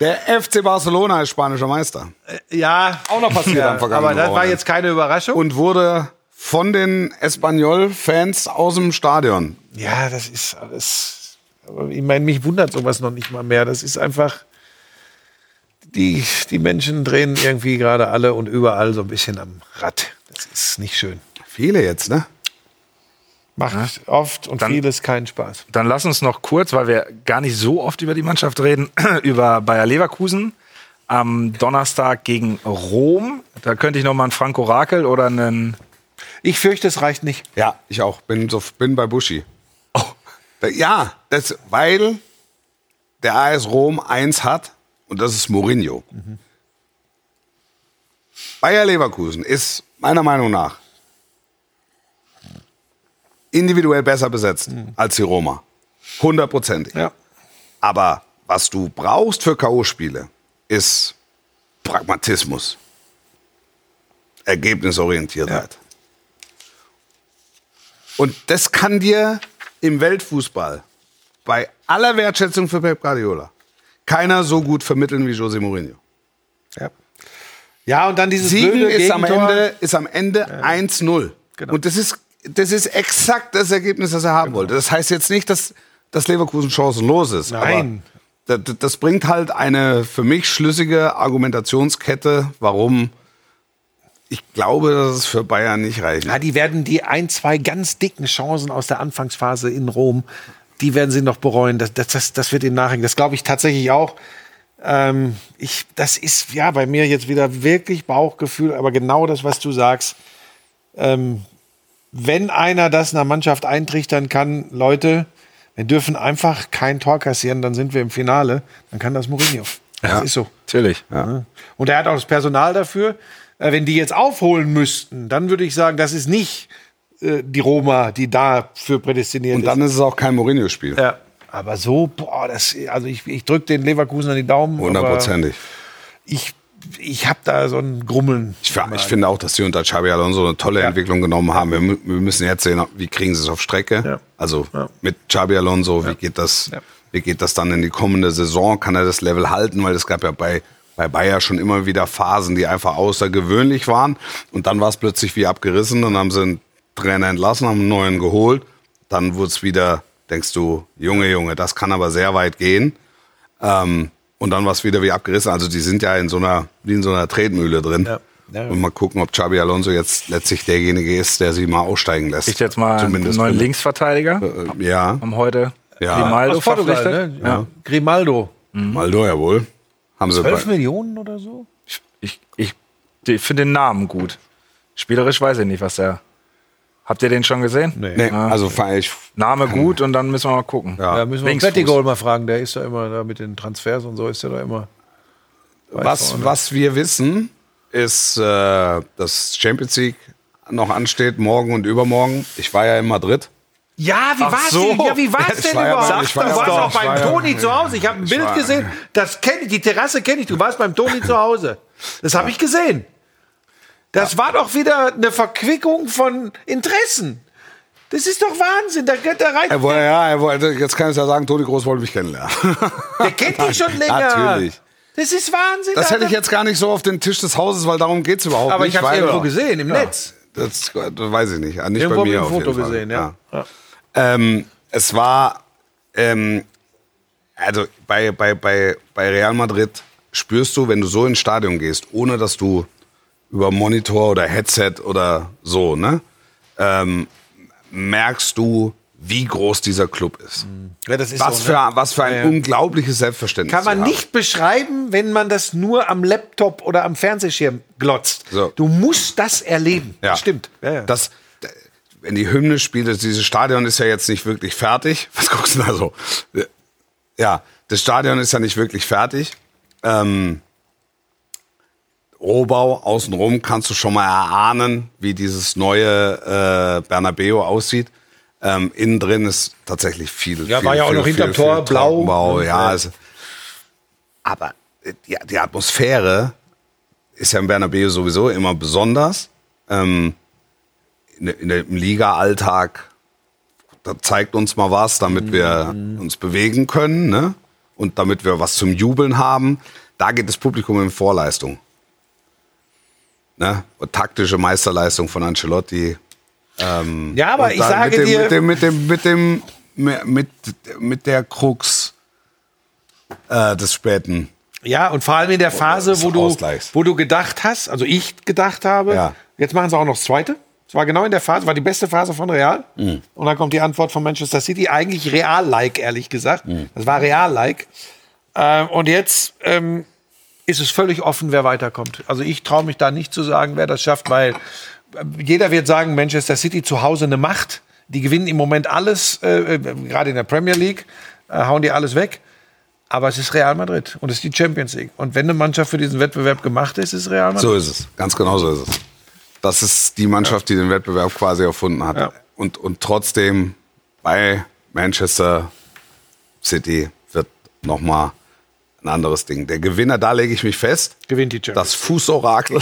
Der FC Barcelona ist spanischer Meister
Ja, auch noch passiert
am vergangenen
Aber das war
Wochenende.
jetzt keine Überraschung.
und wurde von den Espanyol-Fans aus dem Stadion.
Ja, das ist alles. Aber ich meine, mich wundert sowas noch nicht mal mehr. Das ist einfach. Die, die Menschen drehen irgendwie gerade alle und überall so ein bisschen am Rad. Das ist nicht schön.
Viele jetzt, ne?
Macht oft und
Dann-
vieles keinen Spaß.
Dann (clears throat) lass uns noch kurz, weil wir gar nicht so oft über die Mannschaft reden, über Bayer Leverkusen. am Donnerstag gegen Rom. Da könnte ich noch mal einen Franco Rakel oder einen
Ich fürchte, es reicht nicht.
Ja, ich auch. Bin, so, bin bei Buschi. Oh. Da- Ja, das, weil der AS Rom eins hat und das ist Mourinho. Mhm. Bayer Leverkusen ist meiner Meinung nach individuell besser besetzt als die Roma. Hundertprozentig.
Ja.
Aber was du brauchst für K.O.-Spiele, ist Pragmatismus. Ergebnisorientiertheit. Und das kann dir im Weltfußball bei aller Wertschätzung für Pep Guardiola keiner so gut vermitteln wie Jose Mourinho.
Ja, ja und dann dieses
Siegen
blöde
ist am,
Gegentor.
Ende, ist am Ende 1-0.
Genau.
Und das ist, das ist exakt das Ergebnis, das er haben wollte. Das heißt jetzt nicht, dass, dass Leverkusen chancenlos ist.
Nein.
Aber das, das bringt halt eine für mich schlüssige Argumentationskette, warum ich glaube, dass es für Bayern nicht reicht.
Ja, die werden die ein, zwei ganz dicken Chancen aus der Anfangsphase in Rom, die werden sie noch bereuen. Das, das, das, das wird ihnen nachhängen. Das glaube ich tatsächlich auch. Ähm, ich, das ist ja bei mir jetzt wieder wirklich Bauchgefühl, aber genau das, was du sagst. Ähm, wenn einer das einer Mannschaft eintrichtern kann, Leute, wir dürfen einfach kein Tor kassieren, dann sind wir im Finale, dann kann das Mourinho. Das ist so.
natürlich.
Ja. Und er hat auch das Personal dafür. Äh, Wenn die jetzt aufholen müssten, dann würde ich sagen, das ist nicht äh, die Roma, die dafür prädestiniert
Und dann ist es auch kein Mourinho-Spiel.
ist. Aber so, boah, das, also ich, ich drücke den Leverkusen an die Daumen. aber
Hundertprozentig.
Ich, ich habe da so ein Grummeln.
Ich, ver- ich finde auch, dass sie unter Xabi Alonso eine tolle Entwicklung genommen haben. Wir, mü- wir müssen jetzt sehen, wie kriegen sie es auf Strecke.
Ja.
Also
Ja.
mit Xabi Alonso, wie geht das? Wie geht das dann in die kommende Saison? Kann er das Level halten? Weil es gab ja bei bei Bayer schon immer wieder Phasen, die einfach außergewöhnlich waren. Und dann war es plötzlich wie abgerissen. Dann haben sie einen Trainer entlassen, haben einen neuen geholt. Dann wurde es wieder, denkst du, Junge, Junge, das kann aber sehr weit gehen. Ähm, und dann war es wieder wie abgerissen. Also die sind ja in so einer, wie in so einer Tretmühle drin.
Ja. Ja.
Und mal gucken, ob Xabi Alonso jetzt letztlich derjenige ist, der sie mal aussteigen lässt.
Ich jetzt mal
Zumindest
einen neuen
bin-
Linksverteidiger.
Äh, ja,
Haben heute
Ja.
Grimaldo
Aus Portugal,
verpflichtet.
ne? ja. Grimaldo.
Maldo ja wohl. Haben sie bei,
12 Mhm. Millionen oder so?
Ich, ich, ich finde den Namen gut. Spielerisch weiß ich nicht, was der. Habt ihr den schon gesehen?
nee,
Ah,
also fa- ich,
Name gut und dann müssen wir mal gucken.
Ja.
Da müssen wir
Linksfuß.
Bettigol mal fragen, der ist da immer da mit den Transfers und so ist er da immer.
was, was wir wissen, ist, äh, dass Champions League noch ansteht, morgen und übermorgen. Ich war ja in Madrid.
Ja, Ah, wie war's
so.
denn? Ja, wie war's
Ich
denn
war ja
überhaupt?
bei- ich war
du
ja
warst
bei-
auch
ich war
beim
ja-
Toni zu Hause. Ich habe ein Bild
war-
gesehen. Das kenne ich, die Terrasse kenne ich. Du warst beim Toni zu Hause. Das habe ich gesehen. Das war doch wieder eine Verquickung von Interessen. Das ist doch Wahnsinn. Da, da rein,
Er wollte, ja, er wollte, jetzt kann ich ja sagen, Toni Groß wollte mich kennenlernen.
der
(laughs)
kennt dich schon länger.
Natürlich.
Das ist Wahnsinn.
Das hätte
Alter.
ich jetzt gar nicht so auf den Tisch des Hauses, weil darum geht es überhaupt
Aber
nicht.
ich habe es
weil-
irgendwo gesehen im Netz.
Das, das weiß ich nicht. Ah, Nicht
Irgendwo
bei mir
hab ich
auf
ein Foto
jeden Fall.
gesehen, ja.
Ähm, es war, ähm, also bei, bei, bei, bei Real Madrid spürst du, wenn du so ins Stadion gehst, ohne dass du über Monitor oder Headset oder so, ne, ähm, merkst du, wie groß dieser Club ist.
Ja, das ist
Was,
so, ne?
für, was für ein unglaubliches Selbstverständnis.
Kann man
sie haben.
nicht beschreiben, wenn man das nur am Laptop oder am Fernsehschirm glotzt.
So.
Du musst das erleben.
Ja.
Das Stimmt.
Das, wenn die Hymne spielt, das- dieses Stadion ist ja jetzt nicht wirklich fertig. (laughs) Was guckst du denn da so? Ja, das Stadion ist ja nicht wirklich fertig. Ähm, Rohbau außenrum kannst du schon mal erahnen, wie dieses neue äh, Bernabeu aussieht. Ähm, innen drin ist tatsächlich viel.
Ja,
viel,
war ja auch
viel,
noch
viel,
hinterm
viel
Tor, blau. ne?
Trockenbau, ja,
Ja.
es, aber äh, die, die Atmosphäre ist ja im Bernabeu sowieso immer besonders. Ähm, in, der- in, der- Im Liga-Alltag, da zeigt uns mal was, damit wir
Mhm.
uns bewegen können ne? und damit wir was zum Jubeln haben. Da geht das Publikum in Vorleistung. Ne? Und taktische Meisterleistung von Ancelotti. Ähm,
Ja, aber
und
ich
dann
sage
mit dem,
dir-
mit dem, mit dem, mit dem, mit, mit der Krux äh, des späten
Ja, und vor allem in der Phase,
des
wo du,
Oh, Ausgleichs.
wo du gedacht hast, also ich gedacht habe,
Ja.
jetzt machen sie auch noch das zweite. Es war genau in der Phase, war die beste Phase von Real.
Mhm.
Und dann kommt die Antwort von Manchester City, eigentlich
Mhm.
Real-like, ehrlich gesagt. Das war Real-like. Äh, Ähm, und jetzt ähm, ist es völlig offen, wer weiterkommt. Also ich traue mich da nicht zu sagen, wer das schafft, weil äh, jeder wird sagen, Manchester City zu Hause eine Macht. Die gewinnen im Moment alles, äh, äh, gerade in der Premier League, äh, hauen die alles weg. Aber es ist Real Madrid und es ist die Champions League. Und wenn eine Mannschaft für diesen Wettbewerb gemacht ist, ist es Real Madrid.
So ist es. Ganz genau so ist es. Das ist die Mannschaft, die den Wettbewerb quasi erfunden hat.
Ja.
Und, und trotzdem bei Manchester City wird nochmal ein anderes Ding. Der Gewinner, da lege ich mich fest,
Gewinnt die Champions
das Fußorakel.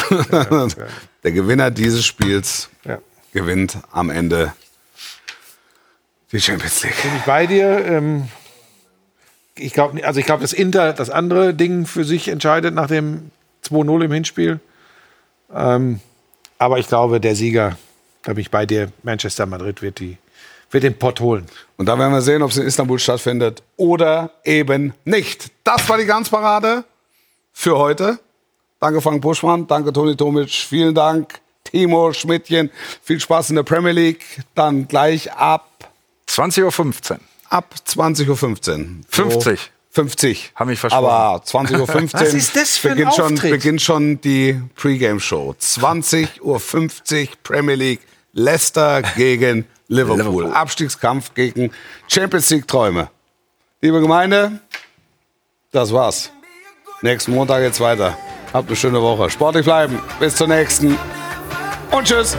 Der Gewinner dieses Spiels
Ja.
gewinnt am Ende die Champions League.
bin ich bei dir. Ähm, ich glaube, also ich glaube, dass Inter das andere Ding für sich entscheidet nach dem 2-0 im Hinspiel. Ähm, aber ich glaube, der Sieger, da bin ich bei dir, Manchester Madrid wird die wird den Pott holen.
Und da werden wir sehen, ob es in Istanbul stattfindet oder eben nicht. Das war die Ganzparade für heute. Danke Frank Buschmann, danke Toni Tomic, vielen Dank Timo Schmidtchen. Viel Spaß in der Premier League. Dann gleich ab
20.15 Uhr.
ab 20.15 Uhr.
50.
50.
Hab mich versprochen.
Aber 20.15 Uhr
(laughs) Was ist das für ein
beginnt, schon,
Auftritt?
beginnt schon die Pre-Game-Show. 20.50 Uhr Premier League. Leicester gegen Liverpool.
Liverpool.
Abstiegskampf gegen Champions League-Träume. Liebe Gemeinde, das war's. Nächsten Montag geht's weiter. Habt eine schöne Woche. Sportlich bleiben. Bis zur nächsten. Und tschüss.